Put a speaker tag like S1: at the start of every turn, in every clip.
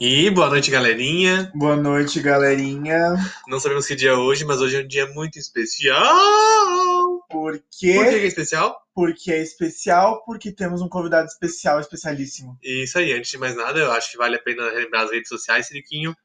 S1: E boa noite, galerinha.
S2: Boa noite, galerinha.
S1: Não sabemos que dia é hoje, mas hoje é um dia muito especial.
S2: Por
S1: Por que
S2: quê?
S1: que é especial?
S2: Porque é especial, porque temos um convidado especial, especialíssimo.
S1: E isso aí, antes de mais nada, eu acho que vale a pena relembrar as redes sociais, Siriquinho.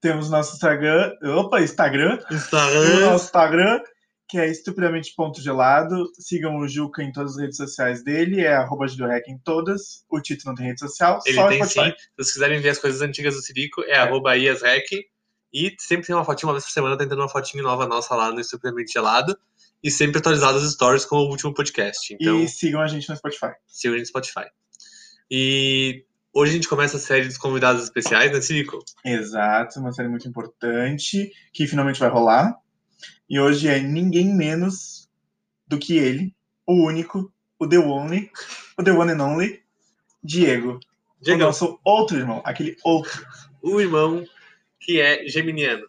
S2: Temos nosso Instagram, opa, Instagram, o
S1: Instagram.
S2: nosso Instagram, que é estupidamente.gelado. Sigam o Juca em todas as redes sociais dele, é arroba Juliorec em todas. O Tito não tem rede social,
S1: Ele
S2: só
S1: tem
S2: Spotify.
S1: sim. Se vocês quiserem ver as coisas antigas do Sirico, é arroba IasRec. E sempre tem uma fotinha, uma vez por semana, tá entrando uma fotinha nova nossa lá no Estupidamente Gelado. E sempre atualizadas as stories com o último podcast. Então,
S2: E sigam a gente no Spotify.
S1: siga no Spotify. E hoje a gente começa a série dos convidados especiais, né, Sirico?
S2: Exato, uma série muito importante, que finalmente vai rolar. E hoje é ninguém menos do que ele, o único, o The Only, o The One and Only, Diego.
S1: Diego.
S2: O nosso outro irmão, aquele outro.
S1: o irmão que é geminiano.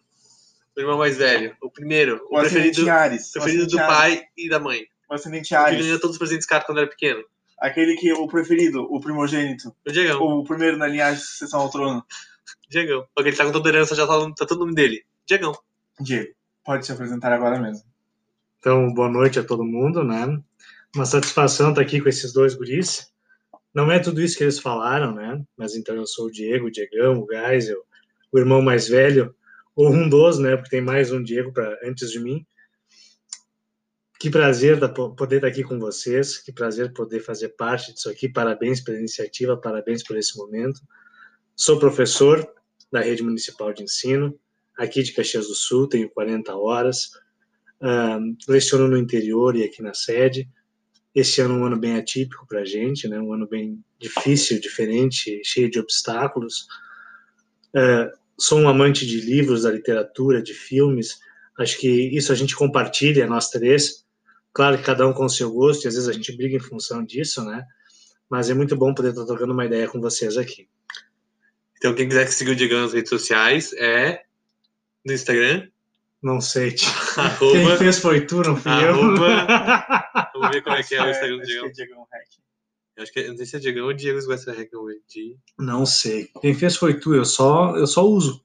S1: O irmão mais velho. O primeiro. O,
S2: O,
S1: preferido,
S2: ascendente Ares.
S1: o
S2: o
S1: preferido do
S2: ascendente Ares,
S1: pai e da mãe.
S2: O ascendente
S1: O que
S2: Ares.
S1: ganhou todos os presentes caros quando era pequeno.
S2: Aquele que é o preferido, o primogênito,
S1: O Diegão.
S2: o primeiro na linhagem de sucessão ao trono.
S1: Diegão. Porque ele tá com toda a herança, já tá, tá todo o nome dele. Diegão.
S2: Diego, pode se apresentar agora mesmo.
S3: Então, boa noite a todo mundo, né? Uma satisfação estar aqui com esses dois guris. Não é tudo isso que eles falaram, né? Mas então eu sou o Diego, o Diegão, o Geisel, o irmão mais velho, ou um dos, né? Porque tem mais um Diego pra, antes de mim. Que prazer da- po- poder estar aqui com vocês, que prazer poder fazer parte disso aqui. Parabéns pela iniciativa, parabéns por esse momento. Sou professor da Rede Municipal de Ensino, aqui de Caxias do Sul, tenho 40 horas leciono no interior e aqui na sede. Esse ano é um ano bem atípico para a gente, né? um ano bem difícil, diferente, cheio de obstáculos. Eh, sou um amante de livros, da literatura, de filmes. Acho que isso a gente compartilha, nós três. Claro que cada um com o seu gosto, e às vezes a gente briga em função disso, né? Mas é muito bom poder estar trocando uma ideia com vocês aqui.
S1: Então, quem quiser que siga o Diegão nas redes sociais é no Instagram.
S3: Não sei, tio. Ah, Quem
S1: arroba.
S3: fez foi tu, não fui
S1: Arroba.
S3: eu.
S1: Vamos ver como é que é o Instagram do
S2: Acho que
S1: Diegão.
S2: é Diego Hack.
S1: Eu Acho que é- não sei se é Diegão ou Diego Sguessa Rec. Vamos ver. Di-
S3: Não sei. Quem fez foi tu, eu só, eu só uso.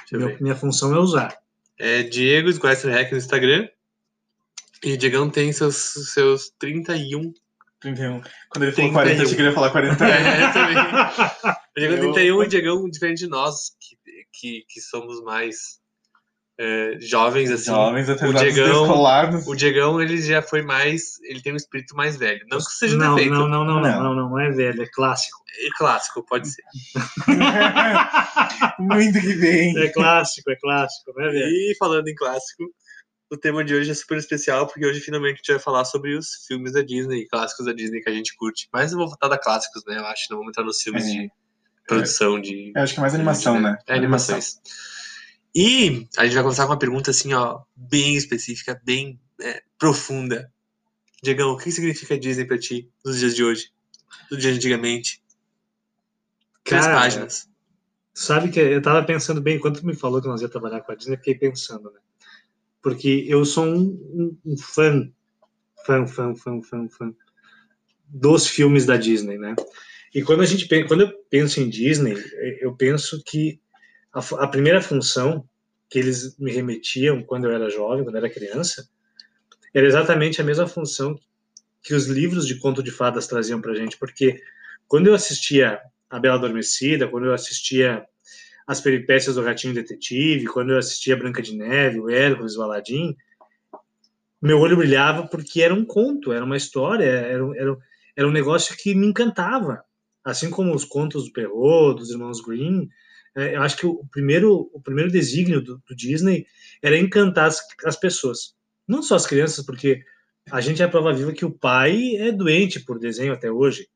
S1: Deixa eu
S3: Meu-
S1: ver.
S3: minha função é usar.
S1: É Diego Sguessa Rec no Instagram. E o Diegão tem seus, seus 31
S2: 31. Quando ele falou
S1: 31.
S2: 40, eu achei que ele ia falar 40.
S1: É, também. O Diegão
S2: Eu-
S1: 31 e o Diegão, um diferente de nós, que, que, que somos mais eh, jovens, assim.
S2: Jovens atrasados
S1: Diegão-
S2: descolados.
S1: O Diegão, ele já foi mais. Ele tem um espírito mais velho. Não que isso seja um
S3: não,
S1: defeito.
S3: não, não, não, não,
S2: Não.
S3: não, não, é velho, é clássico.
S1: É clássico, pode ser.
S2: Muito que bem.
S3: É clássico, é clássico, não é velho.
S1: E falando em clássico, o tema de hoje é super especial, porque hoje finalmente a gente vai falar sobre os filmes da Disney, clássicos da Disney que a gente curte. Mas eu vou voltar da clássicos, né? Eu acho. Não vamos entrar nos filmes
S2: É.
S1: de produção, de
S2: Eu acho que é mais animação, né?
S1: É animações. E a gente vai começar com uma pergunta assim, ó, bem específica, bem é, profunda. Diegão, o que significa Disney pra ti nos dias de hoje? Nos dias de antigamente? Três
S3: Cara,
S1: páginas.
S3: Sabe que eu tava pensando bem, quando tu me falou que nós ia trabalhar com a Disney, eu fiquei pensando, né? Porque eu sou um, um, um fã, fã, fã, fã, fã, fã dos filmes da Disney, né? E quando a gente pen- quando eu penso em Disney, eh, eu penso que a, fu- a primeira função que eles me remetiam quando eu era jovem, quando eu era criança, era exatamente a mesma função que os livros de conto de fadas traziam pra gente, porque quando eu assistia a Bela Adormecida, quando eu assistia As Peripécias do Ratinho Detetive, quando eu assistia Branca de Neve, o Hércules, o Aladim, meu olho brilhava porque era um conto, era uma história, era, um- era, um- era um negócio que me encantava. Assim como os contos do Perrault, dos Irmãos Green, eh, eu acho que o primeiro, o primeiro desígnio do, do Disney era encantar as, as pessoas. Não só as crianças, porque a gente é a prova viva que o pai é doente por desenho até hoje,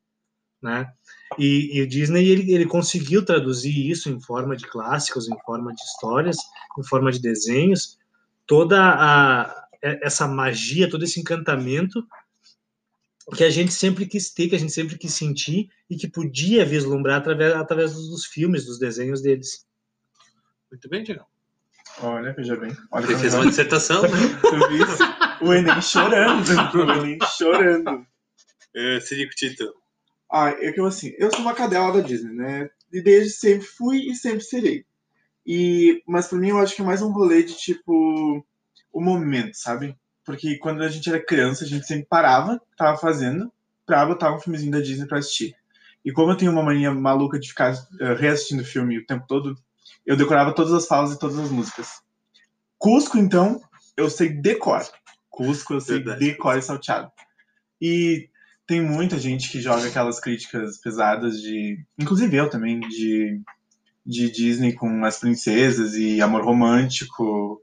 S3: né? E, e o Disney ele, ele conseguiu traduzir isso em forma de clássicos, em forma de histórias, em forma de desenhos, toda a, e- essa magia, todo esse encantamento que a gente sempre quis ter, que a gente sempre quis sentir e que podia vislumbrar através, através dos, dos filmes, dos desenhos deles.
S1: Muito bem, Diegão.
S2: Olha, veja bem. Olha
S1: Ele
S2: como
S1: fez uma dissertação, né?
S2: eu vi isso. O Enem chorando. O Enem chorando. é
S1: Eh, Cirico Tito.
S2: Ah, eu que eu, assim, eu sou uma cadela da Disney, né? E desde sempre fui e sempre serei. E, mas para mim eu acho que é mais um rolê de tipo o momento, sabe? Porque quando a gente era criança, a gente sempre parava, tava fazendo, pra botar um filmezinho da Disney pra assistir. E como eu tenho uma mania maluca de ficar eh, reassistindo filme o tempo todo, eu decorava todas as falas e todas as músicas. Cusco, então, eu sei decor. Cusco, eu sei
S1: Verdade.
S2: decor e salteado. E tem muita gente que joga aquelas críticas pesadas de. Inclusive eu também, de, de Disney com as princesas e amor romântico.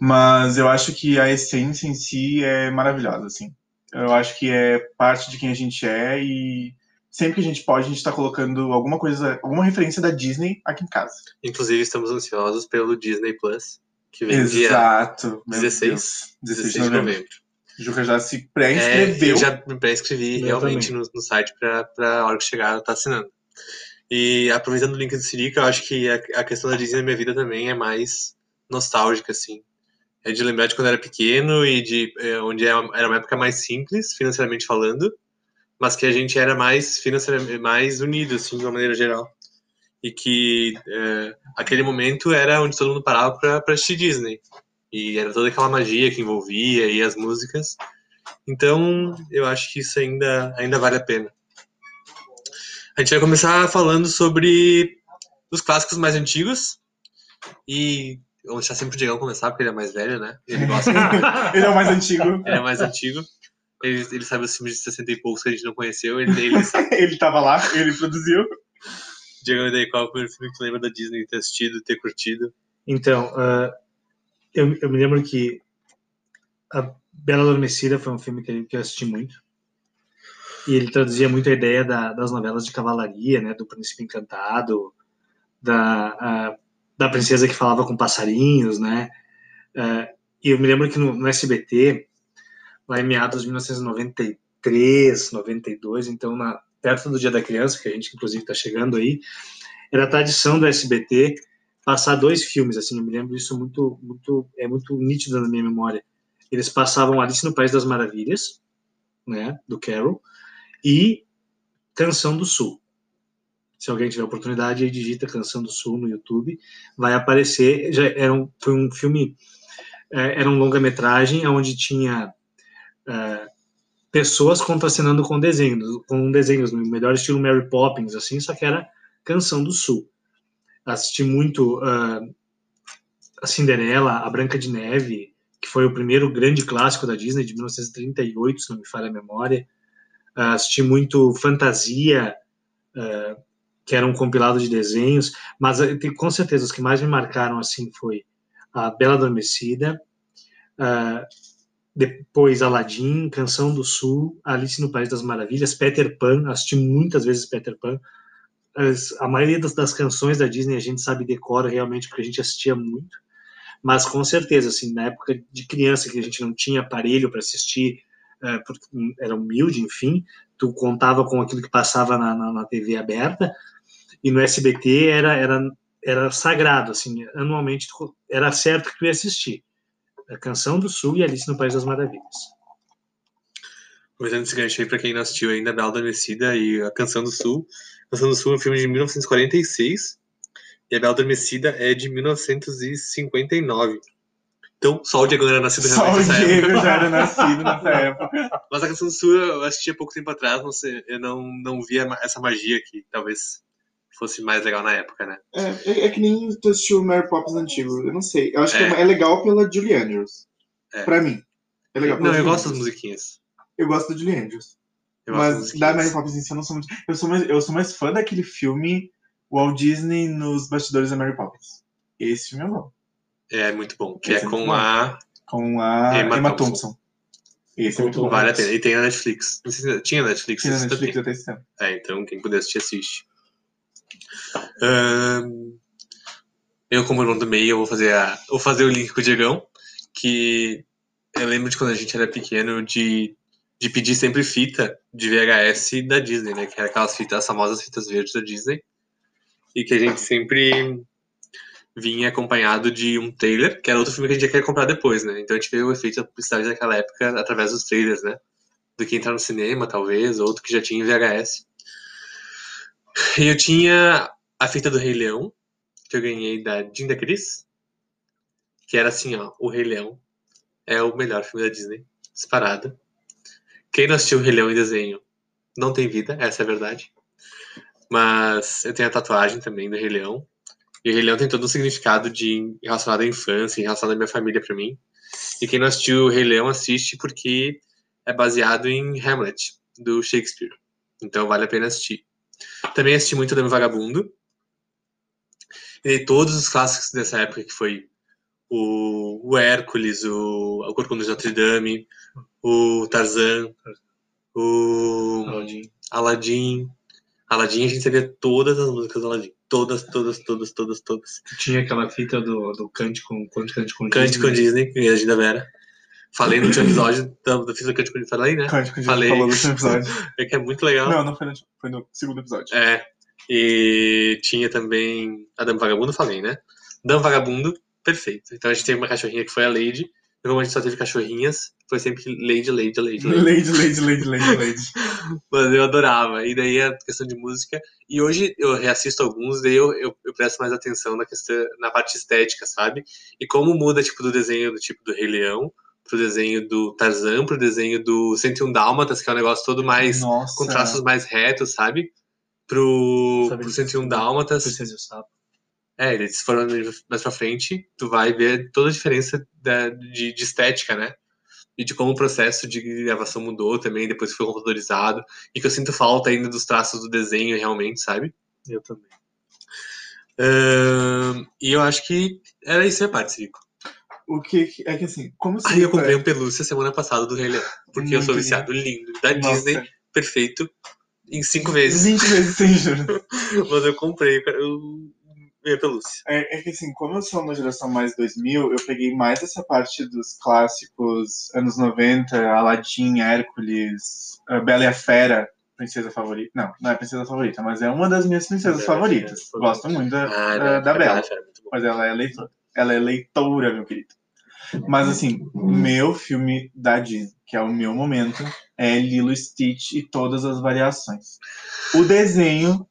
S2: Mas eu acho que a essência em si é maravilhosa, assim. Eu acho que é parte de quem a gente é e sempre que a gente pode, a gente tá colocando alguma coisa, alguma referência da Disney aqui em casa.
S1: Inclusive, estamos ansiosos pelo Disney Plus, que vem dia
S2: Exato. meu
S1: 16,
S2: Deus.
S1: 16 de novembro.
S2: Juca já se
S1: É,
S2: pré-inscreveu.
S1: eu já me pré-inscrevi
S3: Eu
S1: realmente no, no site pra, pra hora que chegar eu tá assinando. E aproveitando o link do Sirica, eu acho que a, a questão da Disney na minha vida também é mais nostálgica, assim. É de lembrar de quando eu era pequeno e de é, onde era era uma época mais simples, financeiramente falando, mas que a gente era mais financeiramente mais unido, assim, de uma maneira geral. E que é, aquele momento era onde todo mundo parava pra, pra assistir Disney. E era toda aquela magia que envolvia e as músicas. Então, eu acho que isso ainda, ainda vale a pena. A gente vai começar falando sobre os clássicos mais antigos. E eu vou deixar sempre o Diego começar, porque ele é mais velho, né? Ele gosta,
S2: Ele é o mais antigo.
S1: ele é mais antigo. Ele, ele sabe os filmes de 60 e poucos que a gente não conheceu. Ele, ele sabe.
S2: Ele tava lá, ele produziu.
S1: Diego, e daí qual é o primeiro filme que tu lembra da Disney ter assistido, ter curtido?
S3: Então, ah, eu, eu me lembro que A Bela Adormecida foi um filme que, ele- que eu assisti muito. E ele traduzia muito a ideia da- das novelas de cavalaria, né? Do Príncipe Encantado, da, ah, da princesa que falava com passarinhos, né? Ah, e eu me lembro que no, no SBT, lá em meados de 1993, 92, então na, perto do Dia da Criança, que a gente inclusive está chegando aí, era a tradição do SBT passar dois filmes, assim, eu me lembro disso muito, muito, é muito nítido na minha memória. Eles passavam Alice no País das Maravilhas, né, do Carol, e Canção do Sul. Se alguém tiver oportunidade, aí digita Canção do Sul no YouTube, vai aparecer, já era um, foi um filme, eh, era um longa-metragem, onde tinha eh, pessoas contracenando com desenhos, com desenhos, no melhor estilo Mary Poppins, assim, só que era Canção do Sul assisti muito ah, a Cinderela, a Branca de Neve, que foi o primeiro grande clássico da Disney de 1938, se não me falha a memória. Ah, assisti muito Fantasia, ah, que era um compilado de desenhos, mas eh, tem- com certeza os que mais me marcaram assim foi a Bela Adormecida, ah, depois Aladdin, Canção do Sul, Alice no País das Maravilhas, Peter Pan, assisti muitas vezes Peter Pan, as- a maioria das, das canções da Disney a gente sabe decora realmente porque a gente assistia muito, mas com certeza assim na época de criança que a gente não tinha aparelho para assistir eh, porque era humilde, enfim, tu contava com aquilo que passava na, na, na TV aberta e no SBT era era era sagrado assim anualmente tu co- era certo que tu ia assistir a canção do Sul e Alice no País das Maravilhas.
S1: Aproveitando esse gancho aí, pra quem não assistiu ainda, Bela Adormecida e A Canção do Sul. A Canção do Sul é um filme de 1946 e A Bela Adormecida é de 1959. Então, só o Diego não era nascido
S2: Só
S1: realmente
S2: o
S1: tá nessa época.
S2: Diego já era nascido nessa época.
S1: Mas A Canção do Sul eu assisti há pouco tempo atrás, não sei, eu não, não via ma- essa magia que talvez fosse mais legal na época, né?
S2: É, é- é que nem tu assistiu o Mary Poppins antigo, eu não sei. Eu acho que
S1: É.
S2: é, é legal pela Julie Andrews.
S1: É.
S2: Pra mim. É legal.
S1: não,
S2: pela
S1: eu
S2: Julie
S1: gosto das
S2: Andrews.
S1: musiquinhas.
S2: Eu gosto da Julie Andrews.
S1: Eu
S2: mas
S1: gosto
S2: da
S1: das
S2: Mary
S1: musiquinhas.
S2: Poppins em si eu não sou muito. Eu sou mais, eu sou mais fã daquele filme Walt Disney nos bastidores da Mary Poppins. Esse filme é bom.
S1: É muito bom. Que
S2: Esse
S1: é
S2: é
S1: com
S2: muito bom.
S1: a.
S2: Com a
S1: Emma
S2: Emma,
S1: Thompson.
S2: Thompson. Esse é muito bom.
S1: Vale a pena. é E tem na Netflix. Não sei se tinha na Netflix.
S2: Tinha na
S1: esse também.
S2: Netflix até esse tempo.
S1: É, então quem puder assistir, assiste. Ahn, eu, como irmão do meio, eu vou fazer, a, vou fazer o link com o Diegão, que eu lembro de quando a gente era pequeno de, de pedir sempre fita de VHS da Disney, né? Que era aquelas fitas, as famosas fitas verdes da Disney. E que a gente sempre vinha acompanhado de um trailer, que era outro filme que a gente ia querer comprar depois, né? Então a gente vê o efeito da publicidade daquela época através dos trailers, né? Do que entrar no cinema, talvez, outro que já tinha em VHS. E eu tinha a fita do Rei Leão, que eu ganhei da Dinda Cris, que era assim, ó, o Rei Leão é o melhor filme da Disney, disparada. Quem não assistiu o Rei Leão em desenho não tem vida, essa é a verdade. Mas eu tenho a tatuagem também do Rei Leão. E o Rei Leão tem todo um significado de relacionado à infância, relacionado à minha família para mim. E quem não assistiu o Rei Leão assiste porque é baseado em Hamlet, do Shakespeare. Então vale a pena assistir. Também assisti muito Dama e Vagabundo. E todos os clássicos dessa época, que foi o, o Hércules, o, o Corcunda de Notre Dame, o Tarzan, o
S3: Aladdin.
S1: Aladdin. Aladdin, a gente sabia todas as músicas do Aladdin. Todas, todas, todas, todas, todas.
S3: Tinha aquela fita do, do Cântico, Cântico, né?
S1: Cântico Disney, com a Gina Vera. Falei no último episódio, da- da- fiz o Cântico Disney, falei, né?
S2: Cântico, a gente
S1: Falei.
S2: falou no último episódio.
S1: É que é muito legal.
S2: Não, não foi no, último, foi no segundo episódio.
S1: É. E tinha também a Dama Vagabundo, falei, né? Dama Vagabundo, perfeito. Então a gente teve uma cachorrinha que foi a Lady. E como a gente só teve cachorrinhas, foi sempre Lady, Lady, Lady, Lady.
S2: Lady, Lady, Lady,
S1: É
S2: Lady, Lady.
S1: Mas eu adorava. E daí a questão de música. E hoje eu reassisto alguns, daí eu, eu, eu presto mais atenção na questão na parte estética, sabe? E como muda, tipo, do desenho do tipo do Rei Leão, pro desenho do Tarzan, pro desenho do 101 Dálmatas, que é um negócio todo mais.
S2: Nossa.
S1: com traços mais retos, sabe? Pro,
S3: Sabe
S1: pro
S3: disso,
S1: 101
S3: né?
S1: Dálmatas.
S3: Princesa e o Sapo.
S1: É, eles foram mais pra frente, tu vai ver toda a diferença da, de, de estética, né? E de como o processo de gravação mudou também, depois foi computadorizado. E que eu sinto falta ainda dos traços do desenho, realmente, sabe?
S3: Eu também.
S1: Ahn, e eu acho que era isso, né, parte, Rico?
S2: O que que- é que assim, como se.
S1: Aí eu comprei um pelúcia semana passada do Rei Leão, porque eu sou
S2: Muito
S1: viciado, lindo. um Da
S2: Nossa,
S1: Disney, perfeito, em cinco vezes.
S2: 20 vezes sem juros.
S1: Mas eu comprei cara, eu- minha pelúcia.
S2: É, é que assim, como eu sou uma geração mais 2000, eu peguei mais essa parte dos clássicos anos 90, Aladdin, Hércules, eh, Bela e a Fera, princesa favorita. Não, não é princesa favorita, mas é uma das minhas princesas
S3: Bela e a Fera,
S2: favoritas.
S3: favorita.
S2: Gosto muito da,
S1: Ah,
S2: da- da Bela.
S1: Fera, muito bom.
S2: Mas ela é leitora. Ela é leitora, meu querido. Mas assim, meu filme da Disney, que é o meu momento, é Lilo e Stitch e todas as variações. O desenho,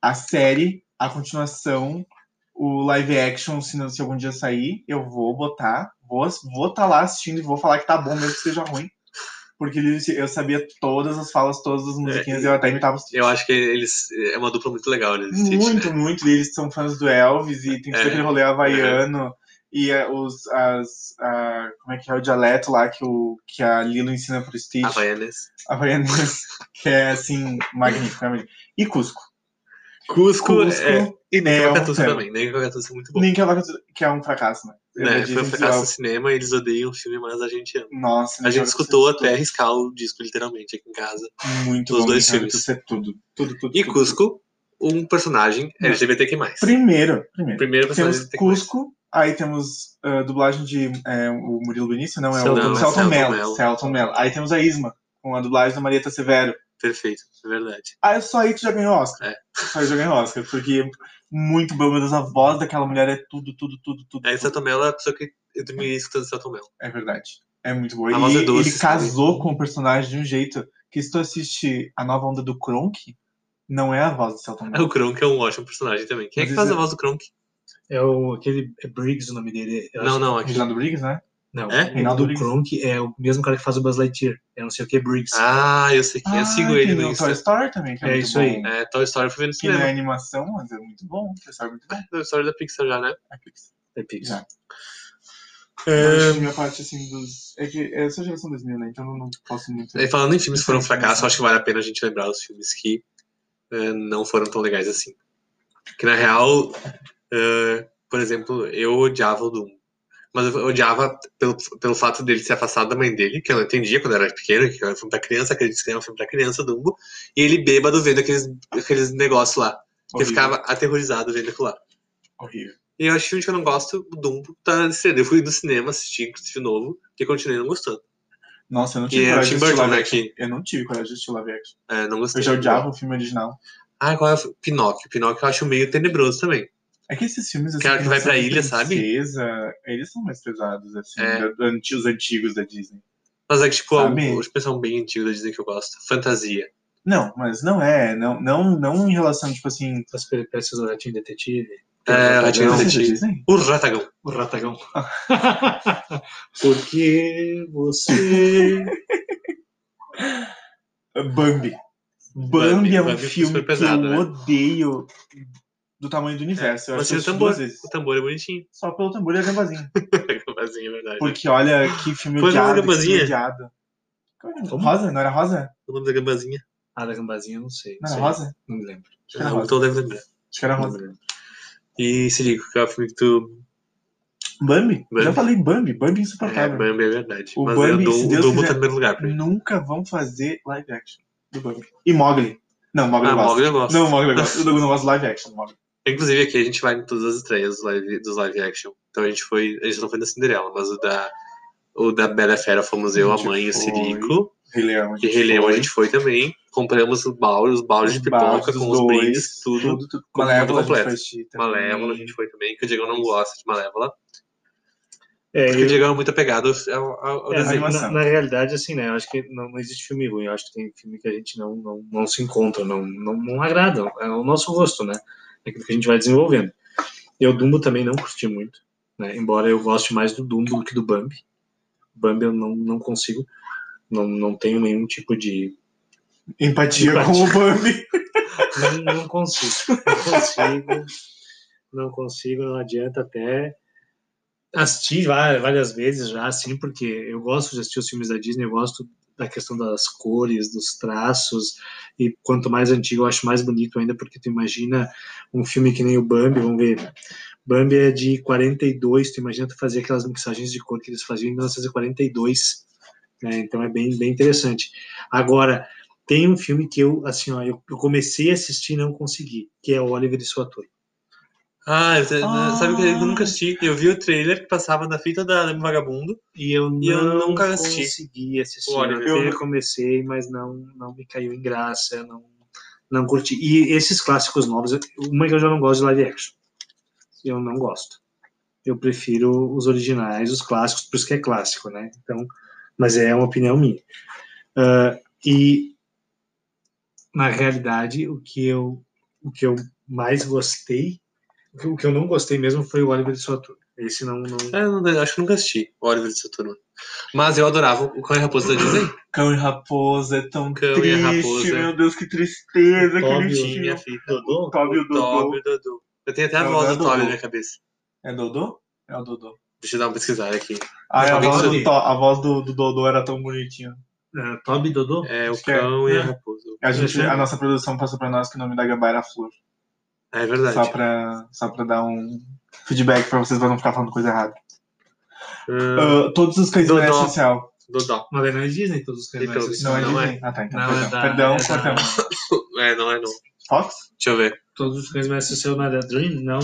S2: a série, a continuação, o live action, se, não- se algum dia sair, eu vou botar, vou estar vou tá lá assistindo e vou falar que tá bom mesmo que seja ruim. Porque Lilo e Stitch- eu sabia todas as falas, todas as musiquinhas, e eu até imitava os
S1: Eu acho que eles. É uma dupla muito legal, eles Stitch, né?
S2: muito, muito. E eles são fãs do Elvis e tem todo
S1: É.
S2: aquele rolê havaiano. E é, os, as, a- como é que é o dialeto lá que, o, que a Lilo ensina pro
S1: Ah,
S2: Stitch?
S1: Havaianas.
S2: Havaianas. que é, assim, magnífico. né, amigo? E Cusco.
S1: Cusco,
S2: Cusco,
S1: é, e nem
S2: é um
S1: Cacatuça
S2: tema.
S1: também. Nem Cacatuça é muito bom.
S2: nem que ela que é um fracasso, né? Eu
S1: né?
S2: já
S1: Foi um
S2: disse
S1: fracasso
S2: isso,
S1: no cinema, eles odeiam o filme, mas a gente ama.
S2: ó, Nossa,
S1: A gente escutou
S2: escutou
S1: até riscar o disco, literalmente, aqui em casa.
S2: Muito
S1: os
S2: bom,
S1: dois
S2: Nick
S1: filmes.
S2: Cacatuça é tudo. Tudo, tudo.
S1: E
S2: tudo.
S1: Cusco, um personagem
S2: Não.
S1: LGBTQ.
S2: Primeiro, primeiro.
S1: Primeiro personagem
S2: Temos
S1: LGBTQ.
S2: Cusco, aí temos ah, dublagem de é, o Murilo Benício, não, é o
S1: Celton-
S2: do Celton
S1: Celton
S2: Mello.
S1: Mello.
S2: Celton Mello. Aí temos a Isma, com a dublagem da Marieta Severo.
S1: Perfeito, é verdade.
S2: Ah, só aí tu já ganhou Oscar.
S1: É.
S2: Só aí já ganhou Oscar, porque muito bom, meu Deus, a voz daquela mulher é tudo, tudo, tudo, tudo.
S1: Aí
S2: tudo.
S1: Celton Mello é a pessoa que eu dormi escutando Celton Mello.
S2: É verdade. É muito boa.
S1: A voz
S2: E
S1: é doce,
S2: ele
S1: sabe?
S2: casou com o personagem de um jeito que se tu assiste a nova onda do Kronk, não é a voz do Celton Mello.
S1: O Kronk é um ótimo personagem também. Quem é que
S2: Mas
S1: faz
S2: isso-
S1: a voz do Kronk?
S3: É o, aquele é Briggs o nome dele. eu
S1: Não,
S3: acho- é.
S1: não, aqui.
S2: Reginaldo Briggs, né?
S3: Não,
S1: É?
S3: o
S2: Reinaldo
S3: do
S2: Briggs.
S3: Kronk é o mesmo cara que faz o Buzz Lightyear. É não sei o que, Briggs.
S1: Ah, eu sei quem. é. eu sigo
S2: Ah,
S1: ele
S2: tem
S1: no
S2: o
S1: Insta.
S2: Toy Story também, que é,
S3: É
S2: muito
S3: isso
S2: bom.
S3: aí.
S1: É, Toy Story foi no
S2: Que não é
S1: cinema.
S2: animação, mas é muito bom. Você sabe muito bem.
S1: Toy Story da Pixar já, né?
S3: É Pix.
S2: Já.
S1: É...
S2: Mas minha parte, assim, dos... É que eu sou geração 2000, né? Então eu não posso muito...
S1: E falando em filmes que foram um fracasso, acho que vale a pena a gente lembrar os filmes que eh, não foram tão legais assim. Que na real, eh, por exemplo, eu odiava o Doom. Mas eu odiava pelo, pelo fato dele se afastado da mãe dele, que eu não entendia quando eu era pequeno, que era um filme pra criança, que ele disse que era um filme pra criança, Dumbo. E ele bêbado vendo aqueles, aqueles negócios lá. Que eu
S2: horrível,
S1: ficava aterrorizado vendo aquilo lá.
S2: né? Horrível.
S1: E eu acho filme que eu não gosto, o Doom tá cedo. Eu fui no cinema assistir, inclusive, de novo, e continuei não gostando.
S2: Nossa, eu não
S1: E
S2: tive
S1: é o
S2: coragem de
S1: Tim
S2: assistir
S1: Burton,
S2: live
S1: né,
S2: action.
S1: que
S2: Eu não tive coragem de assistir live action.
S1: é, não gostei.
S2: Eu já odiava o filme original.
S1: Ah, qual é? o fi- Pinóquio. Pinóquio eu acho meio tenebroso também.
S2: É que esses filmes, assim...
S1: Cara que vai pra ilha, sabe?
S2: Princesa, eles são mais pesados, assim,
S1: É.
S2: da- da- anti- os antigos da Disney.
S1: Mas é que, tipo,
S2: Sabe?
S1: a expressão bem antiga da Disney que eu gosto. Fantasia.
S2: Não, mas não é. Não, não, não em relação, tipo assim.
S3: As peripécias do Ratinho Detetive.
S1: É, o Ratinho
S2: não,
S1: Detetive.
S2: Disney.
S1: O Ratagão.
S3: O ratagão. Porque você.
S2: Uh, Bambi. Bambi.
S1: Bambi,
S2: é um
S1: Bambi é
S2: filme
S1: super
S2: que
S1: pesado,
S2: eu
S1: né?
S2: odeio do tamanho do universo. eu
S1: mas tem o
S2: assisti
S1: tambor.
S2: duas vezes.
S1: O tambor é bonitinho.
S2: Só pelo tambor e a gambazinha.
S1: Assim, é verdade.
S2: Porque olha que filme
S1: Qual é o nome da
S2: odiado. Que filme
S1: gambazinha?
S2: odiado. Qual era?
S3: Como?
S2: Rosa? Não era rosa?
S1: O nome da gambazinha.
S3: Ah, da gambazinha, não sei.
S2: Não
S3: Não,
S2: era
S3: sei.
S2: rosa?
S3: não me lembro.
S2: Era
S1: Ah,
S2: rosa.
S1: o Tom deve lembrar.
S2: Acho que era
S3: Não
S2: rosa.
S3: me lembro.
S1: E se liga, qual é o filme que tu.
S2: Bambi?
S1: Bambi.
S2: Já falei Bambi. Bambi é
S1: É,
S2: insuportável.
S1: Bambi é verdade.
S2: O
S1: mas
S2: Bambi,
S1: eu dou,
S2: se Deus
S1: o Dumbo tá
S2: quiser.
S1: em primeiro lugar pra mim.
S2: Nunca vão fazer live action do Bambi. E Mogli. Não, Mogli
S1: Ah,
S2: eu gosto.
S1: Mogli eu gosto.
S2: Não, Mogli eu gosto. O Douglas não gosta de live action do Mogli.
S1: Inclusive aqui a gente vai em todas as estreias dos live, dos live action. Então a gente foi. A gente não foi na Cinderela, mas o da. O da Bela Fera fomos eu,
S2: A
S1: a
S2: gente
S1: mãe e o
S2: foi.
S1: Sirico.
S2: Rei Leão. a
S1: E
S2: gente
S1: Rei Leão a
S2: foi.
S1: gente foi também. Compramos os baldes, os baldes de
S2: Os baldes,
S1: pipoca
S2: os
S1: com os
S2: dois,
S1: brindes, tudo.
S2: Tudo, tudo.
S1: Como
S2: Malévola a gente
S1: completo.
S2: foi assistir também.
S1: Malévola a gente foi também, que o Diego não gosta de Malévola.
S3: É,
S1: Porque o
S3: eu-
S1: Diego é muito apegado ao, ao- ao
S3: É,
S1: desenho.
S3: na,
S2: animação.
S3: na realidade, assim, né? Eu acho que não, não existe filme ruim. Eu acho que tem filme que a gente não, não, não se encontra, não, não, não agrada. É o nosso gosto, né? É aquilo que a gente vai desenvolvendo. Eu, Dumbo, também não curti muito. Né? Embora eu goste mais do Dumbo do que do Bambi. Bambi eu não, não consigo. Não, não tenho nenhum tipo de.
S2: Empatia
S3: Empatia.
S2: com o Bambi.
S3: Não, não consigo. Não consigo. Não consigo, não adianta até. Assisti va- várias vezes já, assim, porque eu gosto de assistir os filmes da Disney, eu gosto da questão das cores, dos traços, e quanto mais antigo eu acho mais bonito ainda, porque tu imagina um filme que nem o Bambi, vamos ver, Bambi é de 42, tu imagina tu fazer aquelas mixagens de cor que eles faziam em 1942, né, então é bem, bem interessante. Agora, tem um filme que eu, assim, ó, eu, eu comecei a assistir e não consegui, que é o Oliver e sua turma.
S1: Ah, eu, te-
S2: Ah.
S1: sabe que eu nunca assisti? Eu vi o trailer que passava na fita da Leme Vagabundo.
S3: E eu,
S1: E eu
S3: não
S1: nunca assisti.
S3: consegui assistir.
S1: O Oliver.
S3: Eu até
S2: Eu-
S3: comecei, mas não, não me caiu em graça, não, não curti. E esses clássicos novos, uma que eu já não gosto de live action. Eu não gosto. Eu prefiro os originais, os clássicos, por isso que é clássico, né? Então, mas é uma opinião minha. Ah, e na realidade, o que eu o que eu mais gostei, o que eu não gostei mesmo foi o Oliver de sua turma. Esse não, não
S1: É, eu não- acho que nunca assisti o Oliver de Saturno. Mas eu adorava o Cão e a Raposa da Disney.
S2: Cão e Raposa é tão
S1: Cão e a
S2: triste.
S1: Raposa.
S2: Meu Deus, que tristeza.
S3: O Toby,
S2: aquele
S1: Sim, minha
S2: filme.
S1: fita.
S3: Dodô?
S2: Toby e o Dodô.
S1: Toby, o Dodô. Eu tenho até a
S2: Não,
S1: voz
S2: não é
S1: do Toby
S2: Dodô.
S1: na minha cabeça.
S2: É Dodô? É o Dodô.
S1: Deixa eu dar uma pesquisada aqui.
S2: Ah, é a
S1: Toby
S2: voz, do,
S1: Dodô.
S2: To- a voz do, do Dodô era tão bonitinha.
S3: É, Toby e Dodô?
S1: É o
S2: Acho que é.
S1: Cão e
S2: É.
S1: a Raposa.
S2: A, gente,
S3: Uhum.
S2: a nossa produção passou pra nós que o nome da Gabá era Flor.
S1: É
S2: Só
S1: verdade.
S2: pra, só pra dar um feedback pra vocês pra não ficar falando coisa errada.
S1: Ah,
S2: Ah, todos os cães da
S1: Dodô.
S2: área social.
S1: Dodô.
S3: Mas daí não é Disney todos os
S1: Então,
S3: canais.
S2: Não é
S1: Não é.
S2: Disney? Ah, tá. Então,
S3: Não,
S2: perdão.
S3: é da-
S2: perdão,
S3: é da-
S2: cortamos.
S1: É, não é não.
S2: Fox?
S1: Deixa eu ver.
S3: Todos os cães mais associados na Dream? Não.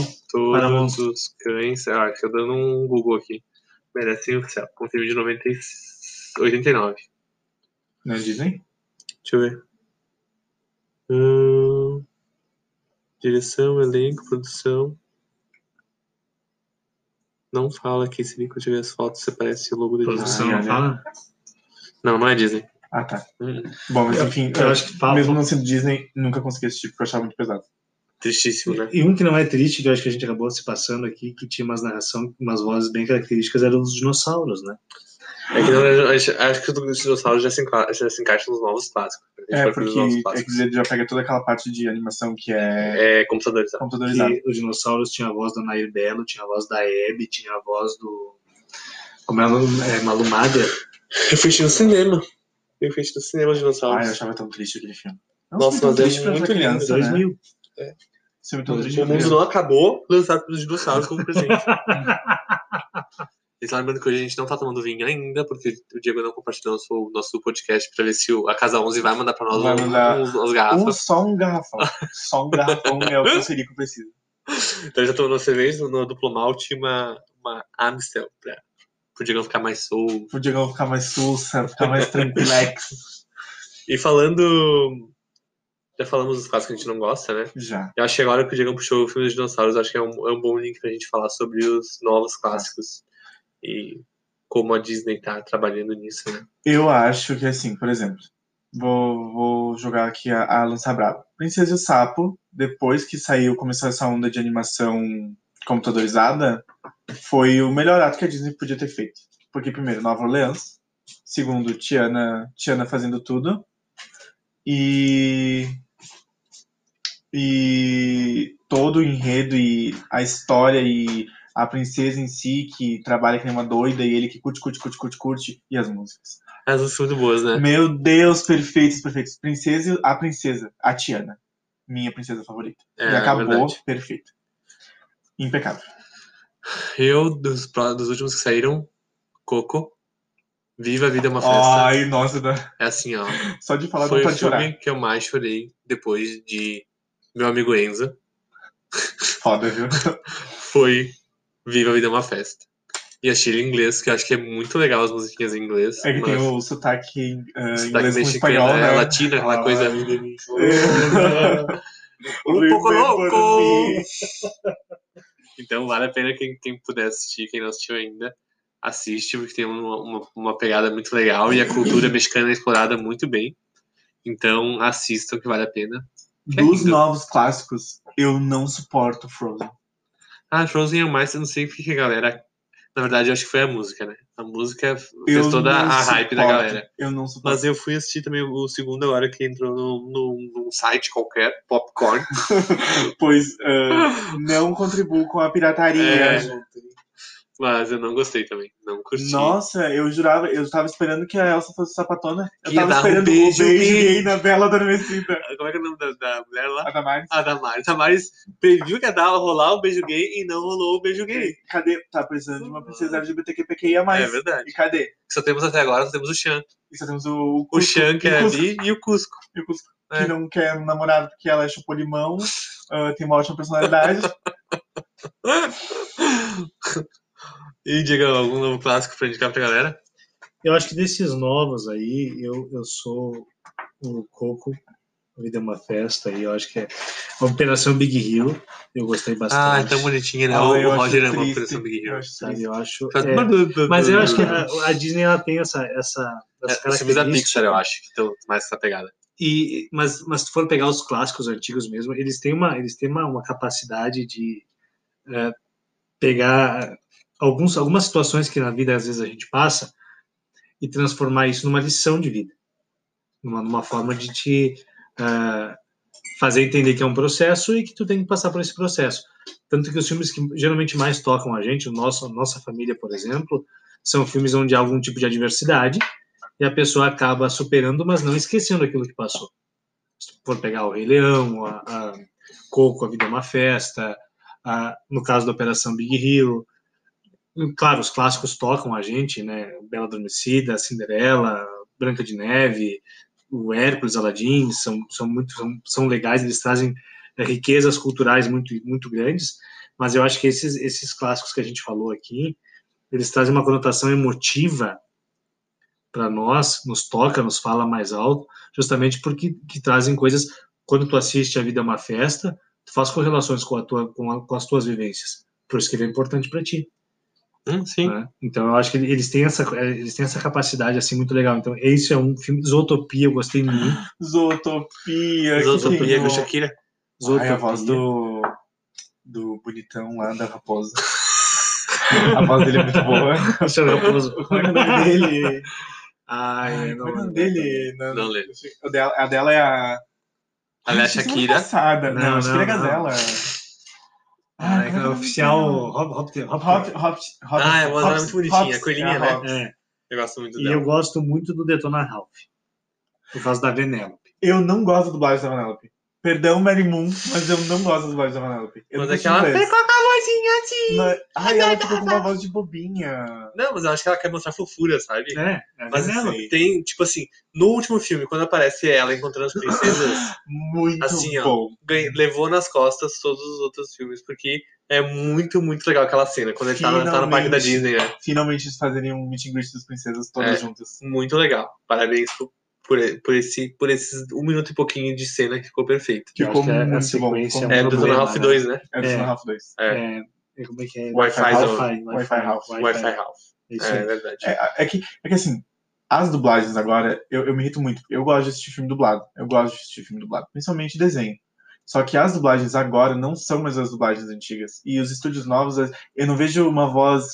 S3: Paramount.
S1: Todos os cães. Ah, deixa eu dando um Google aqui. Merecem o céu. Com filme de 90 e- 89.
S2: Não é Disney?
S1: Deixa eu ver. Ahn, direção, elenco, produção. Não fala aqui se eu tiver as fotos, se aparece o logo da Disney.
S3: Produção
S2: Ah,
S3: não
S2: é.
S3: fala?
S1: Não, não é Disney.
S2: Ah, tá.
S1: Hum,
S2: Bom, mas enfim, é,
S3: Eu acho que fala.
S2: mesmo não sendo Disney, nunca consegui assistir porque eu achava muito pesado.
S1: Tristíssimo, né?
S3: E um que não é triste, que eu acho que a gente acabou se passando aqui, que tinha umas narração, umas vozes bem características, eram os dinossauros, né?
S1: É que não, acho, acho que o dos dinossauros já se, enca- já se encaixa nos novos clássicos. né? A gente
S2: É,
S1: pode fazer
S2: porque
S1: os novos
S2: é que
S1: clássicos.
S2: ele já pega toda aquela parte de animação que é
S1: É computadorizado.
S2: computadorizada.
S3: Que os dinossauros tinha a voz da Nair Belo, tinha a voz da Hebe, tinha a voz do. Como é o nome? É, Malu Mader.
S1: Eu fui assistir no cinema. Eu fui assistir no cinema os
S2: Ai,
S1: dinossauros.
S2: Ah, eu achava tão triste aquele filme.
S1: Nossa,
S2: tão
S1: mas é
S2: triste pra essa
S1: muito lindo,
S2: criança, né?
S3: 2000.
S2: Esse filme é tão
S3: O
S1: o
S2: triste pra
S1: mundo
S2: criança.
S1: não acabou lançado pelos dinossauros como presente. E só lembrando que hoje a gente não tá tomando vinho ainda, porque o Diego não compartilhou o nosso, nosso podcast pra ver se o- a Casa 11 vai mandar pra nós
S2: Vai
S1: um-
S2: mandar
S1: uns- umas
S2: Ou
S1: garrafas.
S2: só um garrafão. Só um garrafão é o que o Sirico precisa.
S1: Então já tomou nossa vez no, no duplo malte uma, uma Amstel pra o Diego ficar mais solto.
S2: Pro Diego ficar mais sussa, ficar mais tranquilex.
S1: E falando. Já falamos dos casos que a gente não gosta, né?
S2: Já.
S1: Eu acho que agora que o Diego puxou o filme dos dinossauros, eu acho que é um, é um bom link pra gente falar sobre os novos clássicos. E como a Disney tá trabalhando nisso, né?
S2: Eu acho que assim, por exemplo, Vou, vou jogar aqui a, a Lança Brava. Princesa e o Sapo, depois que saiu, começou essa onda de animação computadorizada, foi o melhor ato que a Disney podia ter feito. Porque, primeiro, Nova Orleans. Segundo, Tiana, Tiana fazendo tudo. E. E todo o enredo e a história e a princesa em si, que trabalha que nem uma doida, e ele que curte, curte, curte, curte, curte, e as músicas.
S1: Elas não são muito boas, né?
S2: Meu Deus, perfeitos, perfeitos. Princesa, a princesa, a Tiana. Minha princesa favorita.
S1: É,
S2: e acabou,
S1: verdade.
S2: perfeito. Impecável.
S1: Eu, dos, pró- dos últimos que saíram, Coco. Viva a Vida é uma Festa.
S2: Ai, nossa, dá-
S1: É assim, ó.
S2: só de falar
S1: foi
S2: não
S1: o
S2: pode
S1: filme
S2: chorar.
S1: que eu mais chorei depois de Meu Amigo Enzo.
S2: Foda, viu? É
S1: Foi Viva a Vida é uma Festa. E achei ele em inglês, que eu acho que é muito legal as musiquinhas em inglês.
S2: É que tem
S1: mas
S2: o sotaque ah,
S1: sotaque
S2: inglês com
S1: mexicano,
S2: espanhol,
S1: é,
S2: né?
S1: Latina, aquela
S2: Ah,
S1: coisa. um tá
S2: Remember
S1: pouco louco!
S2: me.
S1: Então vale a pena quem, quem puder assistir, quem não assistiu ainda, assiste, porque tem uma, uma, uma pegada muito legal e a cultura mexicana é explorada muito bem. Então assistam que vale a pena. Que
S2: Dos
S1: lindo.
S2: novos clássicos, eu não suporto Frozen.
S1: Ah, Frozen é o mais, eu não sei porque a galera. Na verdade, eu acho que foi a música, né? A música fez
S2: Eu
S1: toda
S2: não
S1: a hype da
S2: suporto,
S1: galera.
S2: Eu não suporto.
S1: Mas eu fui assistir também o segundo agora que entrou num, num, num site qualquer, Popcorn.
S2: Pois ah, não contribuo com a pirataria.
S1: É. Mas eu não gostei também. Não curti.
S2: Nossa, eu jurava, eu tava esperando que a Elsa fosse sapatona. Eu
S1: Que
S2: tava
S1: dá um
S2: esperando
S1: beijo,
S2: o beijo
S1: beijo.
S2: gay na Bela Adormecida.
S1: Como é que é o nome da, da mulher lá?
S2: A Damares.
S1: A Damares. Damares previu que ia dar rolar o beijo gay e não rolou o beijo gay.
S2: Cadê? Tá precisando de uma princesa LGBTQPQIA+.
S1: É verdade.
S2: E cadê?
S1: Só temos até agora, só temos o Xan.
S2: E só temos o...
S1: O Xan, que
S2: o
S1: é
S2: Cusco,
S1: ali, e o Cusco.
S2: e o Cusco,
S1: É.
S2: Que não quer um namorado porque ela é chupou limão, ah, tem uma ótima personalidade.
S1: E diga algum novo clássico pra indicar pra galera?
S3: Eu acho que desses novos aí, eu, eu sou o Coco, A Vida é uma Festa, e eu acho que é Operação Big Hero, eu gostei
S1: Ah,
S3: bastante.
S1: é tão bonitinha, né?
S2: Ah,
S1: o
S2: eu
S1: o
S2: acho
S1: Roger ama a
S2: triste,
S1: Operação Big
S2: eu
S1: Hero.
S2: acho
S3: sabe? Eu acho.
S1: Faz-
S3: é. Mas eu acho que a, a Disney ela tem essa, essa,
S1: É,
S3: essa
S1: os filmes da
S3: característica.
S1: Pixar, eu acho, que estão mais essa pegada.
S3: E, mas, mas se for pegar os clássicos antigos mesmo, eles têm uma, eles têm uma, uma capacidade de é, pegar alguns, algumas situações que na vida às vezes a gente passa e transformar isso numa lição de vida, numa, numa forma de te é, fazer entender que é um processo e que tu tem que passar por esse processo. Tanto que os filmes que geralmente mais tocam a gente, o nosso, a nossa família, por exemplo, são filmes onde há algum tipo de adversidade e a pessoa acaba superando, mas não esquecendo aquilo que passou. Se tu for pegar o Rei Leão, a, a Coco, A Vida é uma Festa, a- no caso da Operação Big Hero. E, Claro, os clássicos tocam a gente, né? Bela Adormecida, Cinderela, Branca de Neve, o Hércules, Aladdin, são, são muito são, são legais, eles trazem eh, riquezas culturais muito, muito grandes, mas eu acho que esses, esses clássicos que a gente falou aqui, eles trazem uma conotação emotiva para nós, nos toca, nos fala mais alto, justamente porque que trazem coisas. Quando tu assiste A Vida é uma Festa, tu faz correlações com, a tua, com, a- com as tuas vivências. Por isso que ele é importante para ti.
S1: sim.
S3: né? Então eu acho que eles têm essa eh, eles têm essa capacidade assim muito legal. Então esse é um filme Zootopia, eu gostei muito.
S2: Zootopia. que
S1: Zootopia
S2: tem
S1: com
S2: o-
S1: Shakira.
S2: Ai,
S3: Zootopia.
S2: a voz do, do bonitão lá da raposa. a voz dele é muito boa.
S3: Isso é nervoso.
S2: Como é que é o nome dele?
S3: Ai,
S2: Como é
S3: não,
S2: que é o
S3: não,
S2: nome dele? Não,
S1: Não lembro.
S2: o dela- a dela é a.
S1: Ela é a
S2: Acho que semana
S1: Shakira.
S2: Passada.
S3: Não,
S2: Não, não, Shakira
S3: não, não.
S2: Gazela.
S3: Ah,
S2: como
S3: é
S2: é que é o nome
S3: oficial
S2: dela?
S3: Rob Hop Hop
S2: Hop, hop, hop.
S1: Ah, é uma voz muito
S2: Hops-
S1: bonitinha,
S2: Hops,
S1: a coelhinha,
S2: é
S1: né?
S2: Hops.
S3: É,
S1: Eu gosto muito
S3: e
S1: dela.
S3: eu gosto muito do Detona Ralph. Por causa da Venelope.
S2: Eu não gosto da dublagem da Vanellope. Perdão, Mary Moon, mas eu não gosto da dublagem da Vanellope. Eu
S1: Mas
S2: não
S1: é
S2: consigo
S1: que ela-
S2: inglês.
S1: Amorzinho, assim.
S2: Mas- Ai, ela ficou com uma voz de bobinha.
S1: Não, mas eu acho que ela quer mostrar fofura, sabe?
S3: É, é
S1: Mas
S3: Venelope.
S1: ela tem, tipo assim, no último filme, quando aparece ela encontrando as princesas,
S2: Muito
S1: Assim, ó.
S2: bom.
S1: ganha- levou nas costas todos os outros filmes, porque é muito, muito legal aquela cena, quando ele tá, na- tá no parque da Disney,
S2: Finalmente.
S1: né?
S2: Finalmente eles fazerem um meet and greet das princesas todas
S1: É.
S2: juntas.
S1: Muito legal. Parabéns por, por, e- por esse, por esses um minuto e pouquinho de cena que ficou perfeito.
S3: Eu
S2: Ficou
S3: acho que é a
S2: muito bom.
S3: sequência
S2: Ficou
S1: É
S2: muito
S1: do
S3: Problema,
S1: Zona Half
S3: né?
S1: 2, né?
S2: É do
S3: É.
S2: Son Half 2.
S3: É, é, como é que
S1: Wi-Fi né?
S3: é? Wi-Fi,
S1: Zone.
S3: Wi-Fi,
S2: Wi-Fi House.
S1: Wi-Fi Half. É, é verdade.
S2: É, é que, é que assim, As dublagens agora, eu, eu me irrito muito. Eu gosto de assistir filme dublado. Eu gosto de assistir filme dublado, principalmente desenho. Só que as dublagens agora não são mais as dublagens antigas. E os estúdios novos, eu não vejo uma voz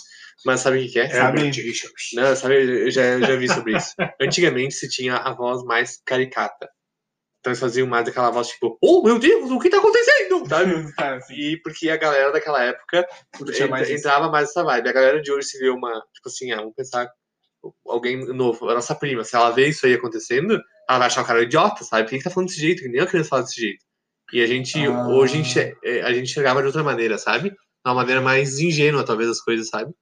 S1: Mas sabe o que que é?
S2: Sabe-
S3: Herbert Richards.
S1: Não, sabe, eu já, eu já vi sobre isso. Antigamente se tinha a voz mais caricata. Então eles faziam mais aquela voz tipo, oh meu Deus, o que tá acontecendo? Sabe?
S2: Cara, assim,
S1: E porque a galera daquela época
S2: curtia mais
S1: en-
S2: isso.
S1: entrava mais nessa vibe. A galera de hoje se vê uma, tipo assim, ah, vamos pensar, alguém novo, a nossa prima, se ela vê isso aí acontecendo, ela vai achar o cara idiota, sabe? Por que, que tá falando desse jeito? Que nem a criança fala desse jeito. E a gente,
S2: Ah.
S1: hoje, enxer- eh, a gente chegava de outra maneira, sabe? De uma maneira mais ingênua, talvez, as coisas, sabe?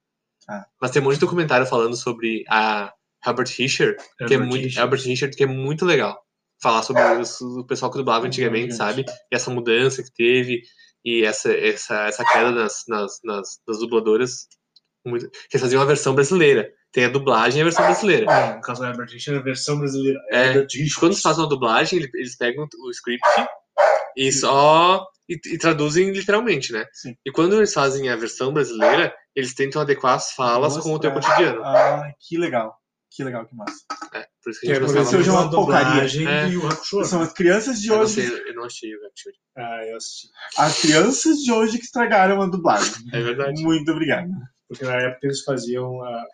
S2: Ah.
S1: Mas tem um monte de documentário falando sobre a Herbert Fisher, que é
S3: Herbert
S1: muito,
S3: Richards.
S1: Albert Richard, que é muito legal. Falar sobre os- o pessoal que dublava antigamente,
S2: Antigamente.
S1: sabe? E essa mudança que teve, e essa, essa, essa queda nas, nas, nas, nas dubladoras. Muito... Que faziam a versão brasileira. Tem a dublagem e a versão brasileira.
S3: É, no caso da Herbert Richards, a versão brasileira.
S1: É,
S3: Herbert
S1: Quando
S3: Richards.
S1: eles fazem uma dublagem, ele- eles pegam o script e só. E, e traduzem literalmente, né?
S2: Sim.
S1: E quando eles fazem a versão brasileira, eles tentam adequar as falas com o teu
S2: Mostrar.
S1: cotidiano.
S2: Ah, que legal. Que legal, que massa.
S1: É, por isso que a
S3: Que é
S1: gente
S2: mas
S1: gostava
S2: esse eu
S1: muito.
S2: já-
S3: a
S2: uma porcaria.
S3: dublagem
S1: É.
S3: e o Hakusho.
S2: São as crianças de
S1: Eu não,
S2: hoje.
S1: sei, eu não achei o Gatsby.
S3: Ah, eu assisti.
S2: As crianças de hoje que estragaram a dublagem.
S1: É verdade.
S2: Muito obrigado.
S3: Porque na época eles faziam a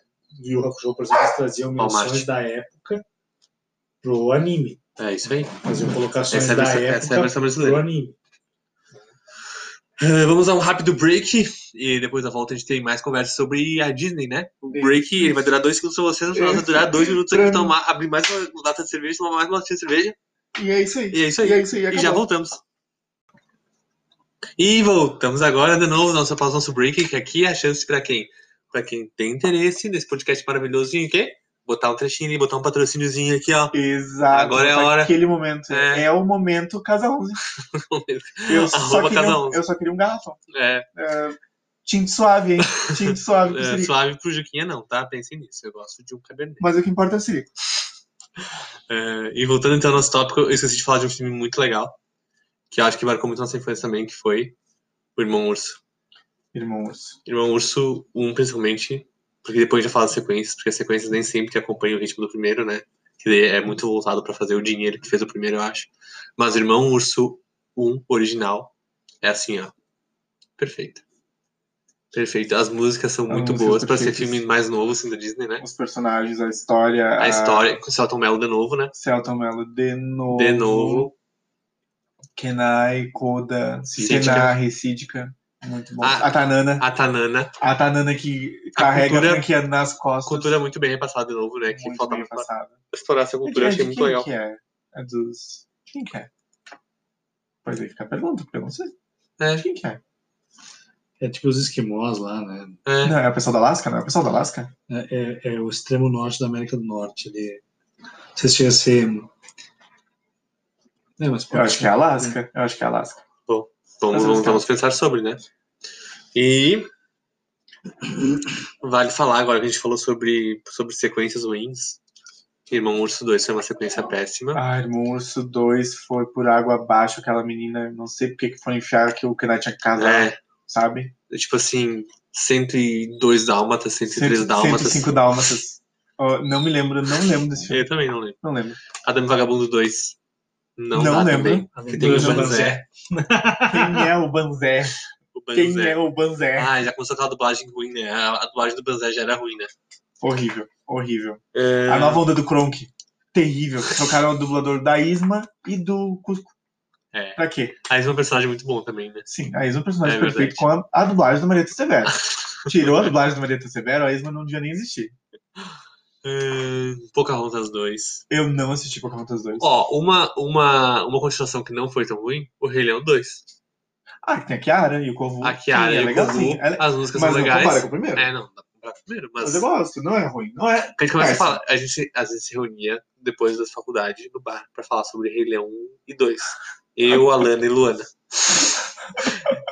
S3: do Yu Hakusho, por exemplo, eles traziam
S1: Walmart.
S3: menções da época pro anime.
S1: É isso aí.
S3: Faziam colocações
S1: Essa é a
S3: da
S1: versão-
S3: época
S1: essa é a versão brasileira.
S3: pro anime.
S1: Eh, Vamos a um rápido break e depois da volta a gente tem mais conversa sobre a Disney, né? O break ele vai durar dois segundos pra vocês, no final vai durar dois minutos aqui, tomar, abrir mais uma lata de cerveja, tomar mais uma latinha de cerveja
S2: E é isso aí.
S1: e é isso aí.
S2: E é isso aí.
S1: E já
S2: acabou.
S1: voltamos. E voltamos agora de novo, nosso após nosso break, que aqui é a chance para quem, para quem tem interesse nesse podcast maravilhosinho aqui, botar um trechinho ali, botar um patrocíniozinho aqui, ó.
S2: Exato. tá
S1: Agora é a hora.
S2: Aquele momento.
S1: É.
S2: É, o momento Casa 11. Eu só,
S1: Arroba
S2: queria
S1: Casa
S2: um,
S1: 11.
S2: eu só queria um garrafão.
S1: É,
S2: Tinto suave, hein? Tinto suave pro
S1: é
S2: Sirico.
S1: suave pro Juquinha não, tá? Pensem nisso, eu gosto de um cabernet.
S2: Mas o que importa é o Sirico.
S1: É, e voltando então ao nosso tópico, eu esqueci de falar de um filme muito legal, que eu acho que marcou muito nossa infância também, que foi O Irmão Urso.
S2: Irmão Urso.
S1: Irmão Urso 1, principalmente, porque depois a gente já fala das sequências, porque as sequências nem sempre acompanham o ritmo do primeiro, né? Que daí é muito voltado pra fazer o dinheiro que fez o primeiro, eu acho. Mas o Irmão Urso 1, original, é assim, ó. Perfeito. Perfeito. As músicas são
S2: As
S1: muito
S2: músicas
S1: boas pra ser
S2: perfeitas. Ah.
S1: filme mais novo, assim, da Disney, né?
S2: Os personagens, a história.
S1: A história, com o Celton Mello de novo, né?
S2: Celton Mello de novo.
S1: De novo.
S2: Kenai, Koda,
S1: Sídica.
S2: Kenari, Sidica. Muito bom.
S1: Ah.
S2: a Tanana.
S1: A Tanana.
S2: A Tanana que carrega
S1: cultura-
S2: a franquia nas costas.
S1: cultura é muito bem repassada de novo, né? Que
S2: muito
S1: faltava
S2: bem passada.
S1: explorar essa cultura,
S2: É de-
S1: achei
S2: de
S1: muito
S2: quem
S1: legal.
S2: Que é? é dos. de Quem que é? Pois aí fica a pergunta, porque eu não sei.
S1: É.
S2: De Quem que é?
S3: É tipo os esquimós lá, né?
S1: É.
S2: Não, é o pessoal da Alaska? Não é o pessoal da Alaska?
S3: É, é- é o extremo norte da América do Norte. Ele... Não sei se chega a ser. É, mas
S2: Eu acho que é Alaska. Eu acho que é Alaska.
S1: Vamos, vamos,
S2: Mas vamos
S1: vamos pensar sobre, né? E vale falar agora que a gente falou sobre, sobre sequências ruins. Irmão Urso 2 foi uma sequência péssima.
S2: Ah, Irmão Urso 2 foi por água abaixo aquela menina. Não sei porque que foi enfiar que o Kenai tinha que casar,
S1: É,
S2: sabe?
S1: tipo assim, 102 dálmatas, 103 dálmatas.
S2: 105 dálmatas. Oh, não me lembro, não lembro desse filme.
S1: Eu também não lembro.
S2: Não lembro.
S1: Adam Vagabundo 2. Não, dá
S2: Não lembro.
S1: também.
S3: que,
S1: Que tem o
S2: Não, não,
S1: Banzé.
S2: Quem é o Banzé?
S1: O
S2: Quem
S1: Banzé.
S2: é o Banzé?
S1: Ah, já começou aquela dublagem ruim, né? A a dublagem do Banzé já era ruim, né?
S2: Horrível, horrível.
S1: É,
S2: A nova onda do Kronk. Terrível. Trocaram o dublador da Isma e do Cusco.
S1: É.
S2: Pra quê?
S1: Aí é um personagem muito bom também, né?
S2: Sim, a Isma é um personagem
S1: É verdade.
S2: perfeito com a, a dublagem do Marieta Severo. Tirou a dublagem do Marieta Severo, a Isma não devia nem existir.
S1: Hum, Pocahontas 2.
S2: Eu não assisti Pocahontas 2.
S1: Ó, uma, uma, uma continuação que não foi tão ruim, o Rei Leão 2.
S2: Ah, tem a Kiara e o Corvo.
S1: A Kiara
S2: Sim,
S1: e
S2: é
S1: o
S2: legalzinho.
S1: Kovu,
S2: É le-
S1: as músicas
S2: Mas
S1: são
S2: não
S1: legais.
S2: compara com o primeiro.
S1: É, não, dá pra comprar primeiro, mas...
S2: Mas eu gosto, não é ruim. Não é.
S1: a gente começa a
S2: Péssimo.
S1: falar, a gente às vezes se reunia depois da faculdade no bar pra falar sobre Rei Leão 1 e 2. Eu, Alana e Luana.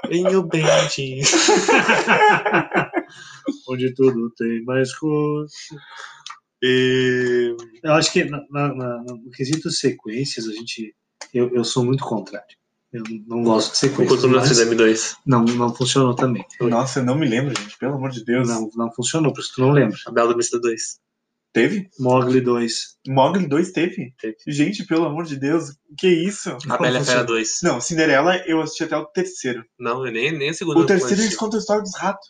S1: Meu bem, gente.
S3: Onde tudo tem mais cor.
S1: E...
S3: Eu acho que na, na- na- no quesito sequências, a gente. Eu, eu sou muito contrário. Eu não gosto de
S1: O
S3: sequências.
S1: Cultura
S3: mas
S1: Notre Dame 2.
S3: não, não funcionou também.
S2: Nossa, eu não me lembro, gente. Pelo amor de Deus.
S3: Não, não funcionou, por isso tu não lembra.
S1: A Bela Adormecida 2.
S2: Teve?
S3: Mogli 2.
S2: Mogli 2 teve?
S3: Teve.
S2: Gente, pelo amor de Deus, que isso?
S1: A Bela e a Fera
S3: funciona?
S1: 2.
S2: Não, Cinderela eu assisti até o terceiro.
S1: Não, eu nem, nem a segunda.
S2: O
S1: eu
S2: terceiro é
S1: assisti.
S2: eles contam a história dos ratos.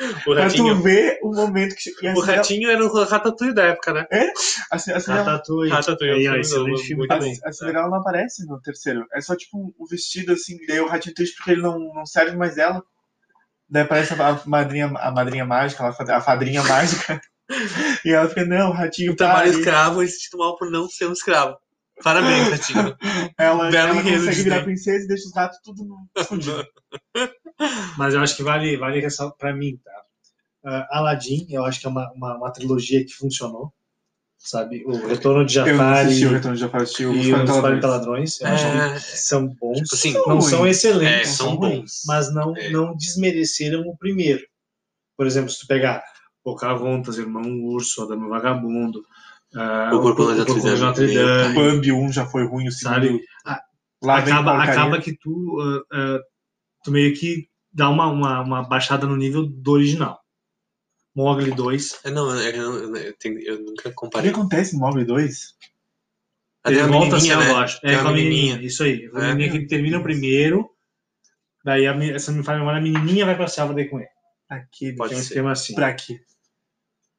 S1: o
S2: Pra tu
S1: ratinho.
S2: ver o momento que. E a
S1: O
S2: Cinderela-
S1: ratinho era o ratatouille da época, né?
S2: a Cin- a Cinderela
S3: Ratatouille.
S1: Ratatouille,
S3: Aí,
S1: eu
S3: ó,
S1: fui
S3: excelente
S1: novo,
S3: filme
S1: muito
S2: A,
S1: Ah, tá. bem.
S3: também.
S2: a Cinderela não aparece no terceiro. É só tipo o vestido assim, daí o ratinho triste porque ele não, não serve mais ela. Daí aparece a, a madrinha, a madrinha mágica, ela fa- a fadrinha mágica. e ela fica, não, o ratinho
S1: O um trabalho
S2: para aí.
S1: escravo, ele se sente mal por não ser um escravo. Parabéns, né, ratinho.
S2: Ela,
S1: Belo né?
S2: ela
S1: enredo
S2: consegue
S1: de
S2: virar
S1: Disney.
S2: princesa e deixa os ratos tudo no fudido.
S3: Mas eu acho que vale, vale ressaltar pra mim, tá? Ah, Aladdin, eu acho que é uma, uma, uma trilogia que funcionou. Sabe? O Retorno de
S2: Eu não
S3: Jafar
S2: assisti o
S3: e,
S2: Retorno de Jafar, assisti o
S3: e os 40
S2: Ladrões.
S3: Ladrões. Eu acho
S1: É,
S3: que são bons.
S1: tipo assim,
S3: não são
S2: ruins.
S1: é,
S3: excelentes,
S1: são bons.
S3: mas não,
S1: É.
S3: não desmereceram o primeiro. Por exemplo, se tu pegar Pocahontas, Irmão Urso, A Dama e o Vagabundo, ah,
S1: O Corcunda de
S3: Corcunda
S1: Notre
S3: de
S1: Dame.
S3: Notre
S2: O
S3: Dame,
S2: Bambi 1 já foi ruim, o segundo.
S3: Sabe? A-
S2: Lá vem
S3: acaba,
S2: porcaria.
S3: acaba que tu, ah, ah, tu meio que dá uma, uma, uma baixada no nível do original. Mogli 2.
S1: É, não, é que eu, não- eu tenho- eu nunca
S2: O que
S1: comparei.
S2: acontece no Mobile 2?
S1: Até
S3: ele
S1: a
S3: volta assim,
S1: menininha,
S3: eu
S1: né?
S3: acho. É,
S1: Tem
S3: com
S1: uma
S3: a menininha.
S1: menininha.
S3: Isso aí. A
S1: É.
S3: menininha que termina o primeiro. Daí, a, me- se não me falha a memória, a menininha vai pra selva daí com ele.
S2: Aquele.
S1: Pode
S3: Tem um
S1: ser.
S3: esquema assim.
S2: Pra quê?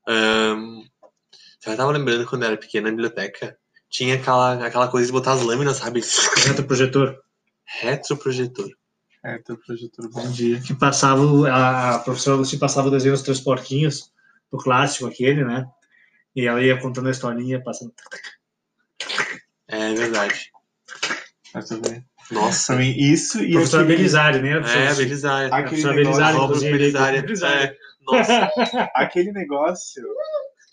S1: Ahn, eu tava lembrando quando eu era pequena na biblioteca, tinha aquela, aquela coisa de botar as lâminas, sabe?
S3: Entra o projetor.
S1: Retroprojetor.
S2: É, teu projetor, bom dia.
S3: que passava, o- a, a professora Lucy passava o desenho dos Três Porquinhos, do clássico aquele, né? E ela ia contando a historinha, passando.
S1: É verdade.
S2: Mas tudo bem.
S1: Nossa.
S2: Pra mim, isso e
S3: professora
S2: aquele-
S3: Belisário, né?
S1: É,
S3: Belisário.
S1: Belisário.
S2: Aquele negócio-
S3: Professora Belisário,
S1: Obras
S3: inclusive.
S1: Belisário. é.
S3: Belisário.
S1: Nossa.
S2: aquele negócio.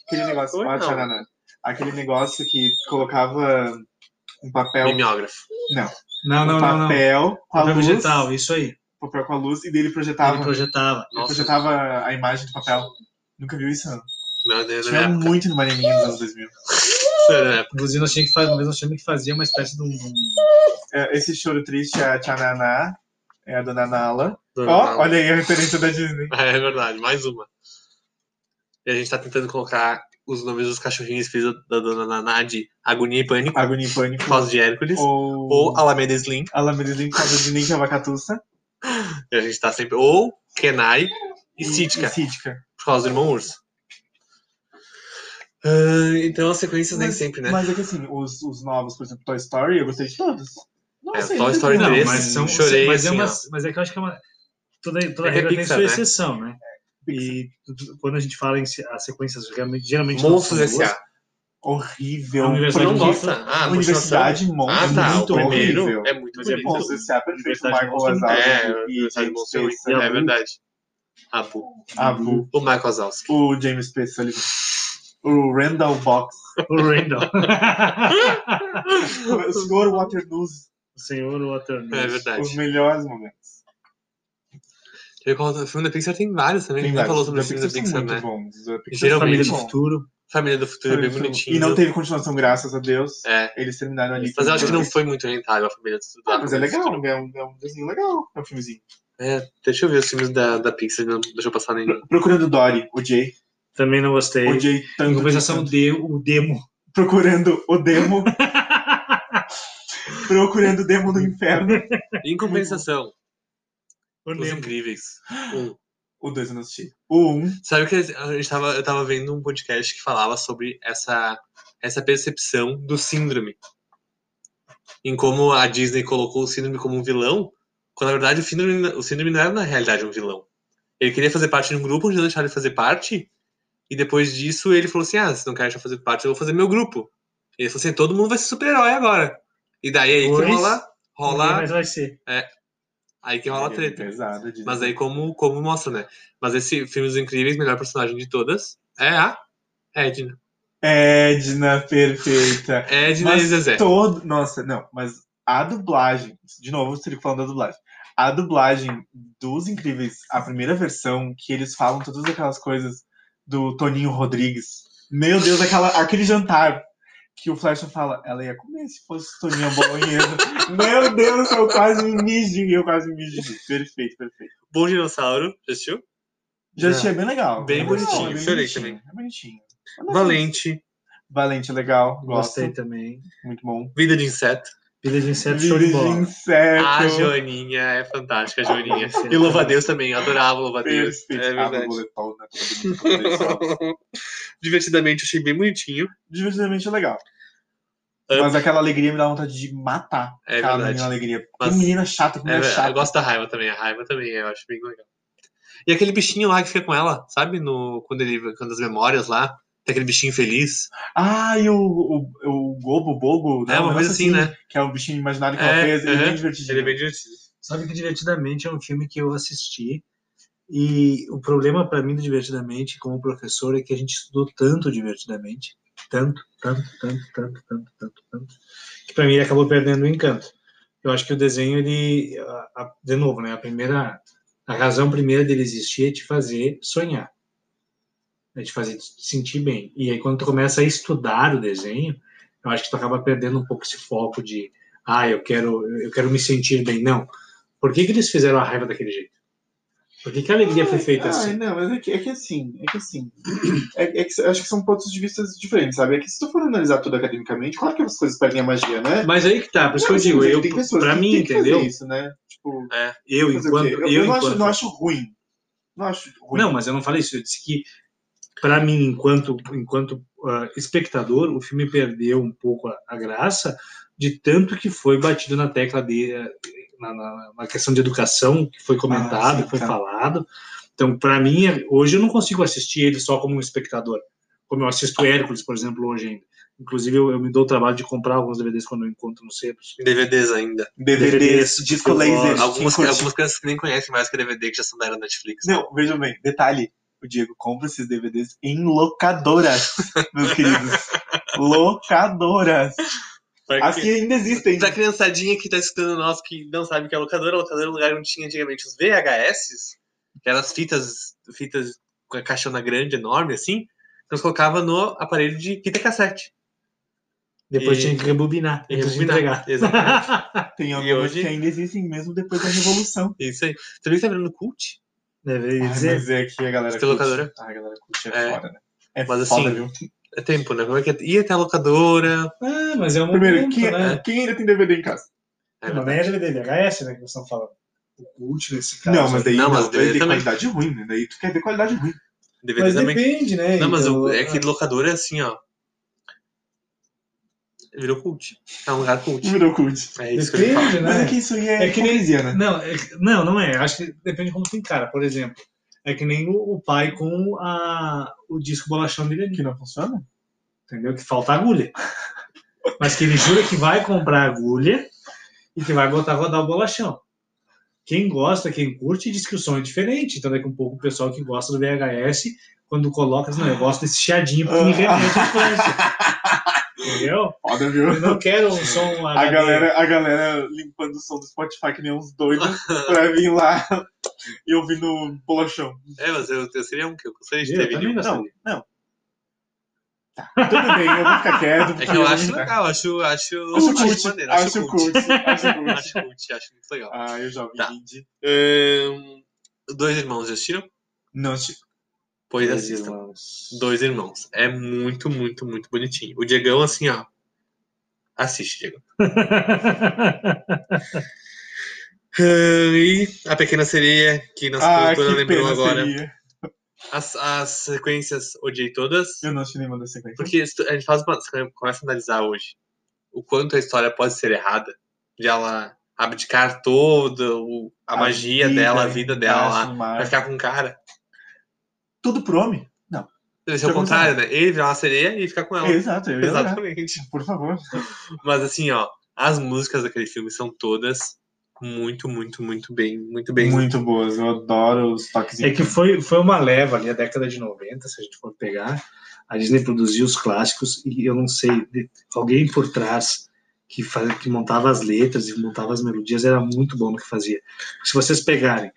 S2: Aquele negócio.
S1: Oi,
S2: Pode
S1: não.
S2: chorar, não. Aquele negócio que colocava um
S1: É
S2: papel.
S1: Mimeógrafo.
S3: Não, não,
S2: um
S3: não, não.
S2: papel
S1: Tá
S2: com a
S3: Papel
S2: luz. um
S3: vegetal, isso aí.
S2: Papel com a luz e dele projetava.
S3: Ele
S2: Ele
S3: projetava.
S1: Nossa.
S2: projetava a imagem do papel. Nunca viu isso? Não.
S1: Meu Deus,
S3: é
S1: é né? na minha
S2: Tinha
S1: época.
S2: muito no Marinha nos anos 2000.
S1: Sério, na minha época.
S3: Inclusive, nós tínhamos que fazer, nós tínhamos que fazer uma espécie de um.
S2: É, Esse choro triste é a Tia Naná, é a Dona Nala. Ó,
S1: Não.
S2: olha aí a referência da Disney.
S1: É verdade, mais uma. E a gente tá tentando colocar os nomes dos cachorrinhos filhos da dona Naná de Agonia e Pânico,
S2: Agonia em Pânico.
S1: Klaus de Hércules,
S2: Ou,
S1: ou Alameda Slim,
S2: Alameda Slim com a Disney que é a Vacatuça.
S1: e a gente tá sempre. Ou Kenai e
S2: E
S1: Sitka,
S2: Sítica.
S1: por causa do irmão urso. Ah, então as sequências nem sempre, né?
S2: Mas é que assim, os, os novos, por exemplo, Toy Story, eu gostei de todos.
S1: É,
S2: sei,
S1: Toy
S2: não
S1: Story
S2: tem-
S1: três,
S2: Não, mas são
S1: chorei,
S3: mas, é
S1: assim,
S3: uma,
S1: ó.
S3: mas é que eu acho que é uma. Toda, toda
S1: É que é
S3: regra tem
S1: Pixar,
S3: sua
S1: né?
S3: exceção, né?
S1: É,
S2: Pixar.
S3: E tu- tu- quando a gente fala em se- as sequências, realmente, geralmente. não
S1: Monstros
S3: são boas.
S2: né?
S1: S.A.
S2: horrível.
S3: A
S1: Tu não
S3: Universidade
S2: Porque-
S1: gosta? Ah, a
S2: Universidade
S1: continuação. Ah,
S2: Monstro,
S1: tá.
S2: muito
S1: o primeiro
S2: horrível.
S1: é muito
S3: Mas é
S1: bonito.
S3: bom.
S2: Monstro, esse é perfeito.
S3: Universidade
S2: Michael
S3: Monstro,
S1: É,
S2: Wazowski e
S1: Universidade
S2: James
S1: Monstro,
S2: Space.
S1: é verdade. Abu.
S2: Abu.
S1: O Michael Wazowski.
S2: O James Space Sullivan. O Randall Box.
S3: O Randall.
S2: O Sr. Waternoose.
S3: o senhor Waterman.
S1: É
S2: Os
S1: verdade.
S2: melhores momentos.
S1: Eu falo, O filme da Pixar tem vários também.
S2: Tem
S1: Ninguém falou
S2: vários.
S1: sobre os
S2: Os da
S1: filmes da Pixar,
S2: são muito
S1: né?
S2: bons. Os da Pixar são
S1: Geralmente,
S3: Família
S2: muito
S3: do
S2: bons.
S3: Futuro.
S1: Família do Futuro é bem bonitinho.
S2: E não teve continuação, graças a Deus.
S1: É.
S2: Eles terminaram ali.
S1: Mas eu acho que não
S2: Mas
S1: foi muito rentável a família do Futuro.
S2: é legal, é um, é um desenho legal. É um filmezinho.
S1: É, deixa eu ver os filmes da, da Pixar, não deixa eu passar nenhum.
S2: Procurando Dory, o Jay.
S3: Também não gostei.
S1: É,
S2: O Jay
S3: Em
S2: tanto.
S3: compensação,
S2: tanto.
S3: de, o demo.
S2: Procurando o Demo. Procurando o Demo do Inferno.
S1: Em compensação,
S3: O
S1: Os
S3: Nemo.
S1: Incríveis. Um.
S2: O 2 eu não assisti. O 1. Um,
S1: Sabe que a gente tava, eu tava vendo um podcast que falava sobre essa, essa percepção do síndrome. Em como a Disney colocou o síndrome como um vilão, quando na verdade o síndrome, o síndrome não era na realidade um vilão. Ele queria fazer parte de um grupo, onde não deixaram ele fazer parte, e depois disso ele falou assim: ah, se não quer deixar fazer parte, eu vou fazer meu grupo. Ele falou assim: todo mundo vai ser super-herói agora. E daí é aí que
S3: Pois,
S1: rola, rola,
S3: Mas vai ser.
S1: aí que rola a treta.
S2: é Pesado, Disney.
S1: Mas aí como, como mostra, né? Mas esse filme dos incríveis, melhor personagem de todas, é a Edna.
S2: Edna É, perfeita.
S1: Edna
S2: Mas
S1: e Zezé.
S2: Todo. Nossa, não, mas a dublagem. De novo, eu fico falando da dublagem. A dublagem dos Incríveis, a primeira versão, que eles falam todas aquelas coisas do Toninho Rodrigues. Meu Deus, aquela, aquele jantar que o Flecha fala, ela ia comer se fosse Toninho Bolonhesa. Meu Deus, eu quase me mijo, eu quase me mijo. Perfeito, perfeito.
S1: Bom dinossauro, já assistiu?
S2: Já
S1: É.
S2: achei bem legal.
S1: Bem
S2: É legal,
S1: bonitinho,
S2: é bem
S1: diferente
S2: bonitinho, É bonitinho.
S1: Valente,
S2: Valente, legal. Gosto.
S3: Gostei também.
S2: Muito bom.
S1: Vida de Inseto.
S3: Vida de inseto, show de
S2: Vida
S3: bola.
S2: inseto.
S1: A Joaninha é fantástica, a Joaninha.
S3: Perfeito.
S1: E louva a Deus também, eu adorava louva a Deus.
S2: Perfeito.
S1: É
S2: Ah,
S1: verdade.
S2: boletão, né? Todo mundo com dois olhos.
S1: Divertidamente, achei bem bonitinho.
S2: Divertidamente é legal.
S1: Up.
S2: Mas aquela alegria me dá vontade de matar.
S1: É
S2: aquela
S1: verdade.
S2: menina alegria.
S1: Mas-
S2: Que menina chata, que
S1: É,
S2: menina chata.
S1: eu gosto da raiva também, a raiva também, eu acho bem legal. E aquele bichinho lá que fica com ela, sabe? No, quando ele quando as memórias lá, tem aquele bichinho feliz.
S2: Ah, e o, o, o Gobo Bobo, né?
S1: É,
S2: Um
S1: uma coisa
S2: negócio
S1: assim, né?
S2: Que é o bichinho imaginário que ela
S1: É,
S2: fez. Ele é
S1: aham.
S2: bem divertido.
S1: Ele é bem divertido.
S3: Sabe que Divertidamente é um filme que eu assisti e o problema para mim do Divertidamente como professor é que a gente estudou tanto Divertidamente, tanto, tanto, tanto, tanto, tanto, tanto, tanto, que para mim acabou perdendo o encanto. Eu acho que o desenho ele, a- a- de novo, né, a primeira, a razão primeira dele existir é te fazer sonhar, é te fazer te sentir bem. E aí quando tu começa a estudar o desenho, eu acho que tu acaba perdendo um pouco esse foco de, ah, eu quero, eu quero me sentir bem. Não. Por que, que eles fizeram a raiva daquele jeito? Por que, que a alegria foi feita
S2: Ah,
S3: assim?
S2: Não, mas é que, é que assim, é que assim. É, é que, acho que são pontos de vista diferentes, sabe? É que se tu for analisar tudo academicamente, claro que as coisas perdem a magia, né?
S3: Mas aí que tá, por isso que eu
S2: Não,
S3: digo,
S2: assim,
S3: eu,
S2: tem pessoas
S3: pra
S2: que
S3: mim,
S2: têm que
S3: entendeu?
S2: fazer isso, né? Tipo,
S3: Eu,
S2: fazer o
S3: enquanto.
S2: quê?
S3: Eu,
S2: eu, eu não,
S3: enquanto...
S2: Acho, não acho ruim. Não acho ruim.
S3: Não, mas eu não falei isso. Eu disse que, para mim, enquanto, enquanto ah, espectador, o filme perdeu um pouco a, a graça de tanto que foi batido na tecla de, eh, na, na- na questão de educação, que foi comentado,
S2: Ah, sim,
S3: foi
S2: tá.
S3: falado. Então, para mim, é- hoje eu não consigo assistir ele só como um espectador. Como eu assisto Hércules, por exemplo, hoje ainda. Inclusive, eu, eu me dou o trabalho de comprar alguns DVDs quando eu encontro nos sebos.
S1: DVDs ainda.
S2: DVDs, disco
S3: eu
S2: laser.
S3: gosto.
S2: quem
S1: Algumas,
S2: curte-
S1: algumas crianças que nem conhecem mais que DVD que já são da era Netflix.
S2: Não, vejam bem, detalhe. O Diego compra esses DVDs em locadoras, meus queridos. Locadoras.
S1: Pra,
S2: As
S1: que-
S2: que ainda existem. né?
S1: pra criançadinha que tá escutando nós que não sabe o que é locadora, locadora é um lugar onde tinha antigamente os VHS, que eram as fitas, fitas com a caixona grande, enorme, assim, que nós colocava no aparelho de fita cassete.
S3: Depois
S1: E-
S3: tinha que rebobinar,
S1: e
S3: depois
S1: rebobinar,
S3: entregar.
S1: exatamente.
S2: Tem
S1: E
S2: algumas
S1: hoje-
S2: que ainda existem mesmo depois da Revolução.
S1: Isso aí. Você viu que tá virando cult?
S3: Deve
S2: Ai,
S3: dizer.
S2: mas é que a galera
S1: Tem locadora?
S2: curte. Ah, a galera curte é,
S1: É.
S2: foda, né? É
S1: Mas
S2: foda,
S1: assim,
S2: viu?
S1: É tempo, né? Como é que é? Ia até a locadora.
S3: Ah, mas é um
S2: Primeiro,
S3: momento,
S2: quem,
S3: né?
S2: quem ainda tem DVD em casa?
S1: É
S3: não, nem é DVD, VHS, né, que vocês estão falando. O cult nesse caso.
S2: não, mas daí,
S1: Não, mas
S2: daí
S1: DVD
S2: tem
S1: também.
S2: qualidade ruim, né? Daí tu quer ter qualidade ruim.
S1: DVD
S3: Mas
S1: também.
S3: depende, né?
S1: é Não, mas
S3: então,
S1: o- é que locadora é assim, ó. Virou cult. É um lugar cult.
S2: Virou cult.
S1: É isso que eu ia falar.
S3: Depende,
S2: Mas é
S3: né?
S2: que isso aí é,
S3: É que nem-
S2: hipocrisia, né?
S3: Não, é que- não, não é. Acho que depende de como tu encara. Por exemplo, é que nem o, o pai com a, o disco bolachão dele ali,
S2: Que não funciona?
S3: entendeu? Que falta agulha. Mas que ele jura que vai comprar agulha e que vai botar a rodar o bolachão. Quem gosta, quem curte, diz que o som é diferente. Então, daqui a um pouco, o pessoal que gosta do VHS, quando coloca, diz, não, eu gosto desse chiadinho porque me remete à infância. Entendeu?
S2: Foda, viu?
S3: Eu não quero um som
S2: A
S3: HD.
S2: galera, a galera limpando o som do Spotify que nem uns doidos pra vir lá e ouvir no bolachão.
S1: É, mas eu, eu seria um que eu gostaria de
S3: Eu
S1: ter
S3: também
S1: vinil.
S3: gostaria.
S2: Não, não. Tá, tudo bem, eu vou ficar quieto.
S1: É
S2: porque
S1: que eu
S2: vou
S1: acho
S2: ficar-
S1: legal, acho, acho,
S2: Acho cult,
S1: maneiro,
S2: acho cult, acho cult.
S1: acho cult, acho muito legal.
S2: Ah, eu já ouvi
S1: Tá. É,
S2: indie.
S1: Ahn, dois irmãos já assistiram?
S2: Não, assisti.
S1: Pois assistam. Dois irmãos. É muito, muito, muito bonitinho. O Diegão, assim, ó. Assiste, Diego. Ahn, Hum, e a Pequena Sereia, que nossa
S2: Ah,
S1: produtora
S2: que
S1: lembrou
S2: pena
S1: agora.
S2: seria.
S1: As, as sequências odiei todas.
S2: Eu não assisti nenhuma das sequências.
S1: Porque isso- a gente faz uma, começa a analisar hoje o quanto a história pode ser errada, de ela abdicar toda o- a, magia
S2: vida,
S1: dela, a vida é dela lá, pra
S2: embaixo, mar.
S1: ficar com um cara.
S2: Tudo pro homem?
S1: Deve ser o
S2: Já
S1: contrário, né? Ele virar uma sereia e ficar com ela.
S2: Exato, eu ia lá.
S1: Exatamente.
S2: Por favor.
S1: Mas assim, ó, as músicas daquele filme são todas muito, muito, muito bem, muito bem.
S2: Muito boas, eu adoro os toques.
S3: É que foi, foi uma leva ali, a década de 90, se a gente for pegar. A Disney produziu os clássicos e eu não sei, de- alguém por trás que, faz, que montava as letras e montava as melodias era muito bom no que fazia. Se vocês pegarem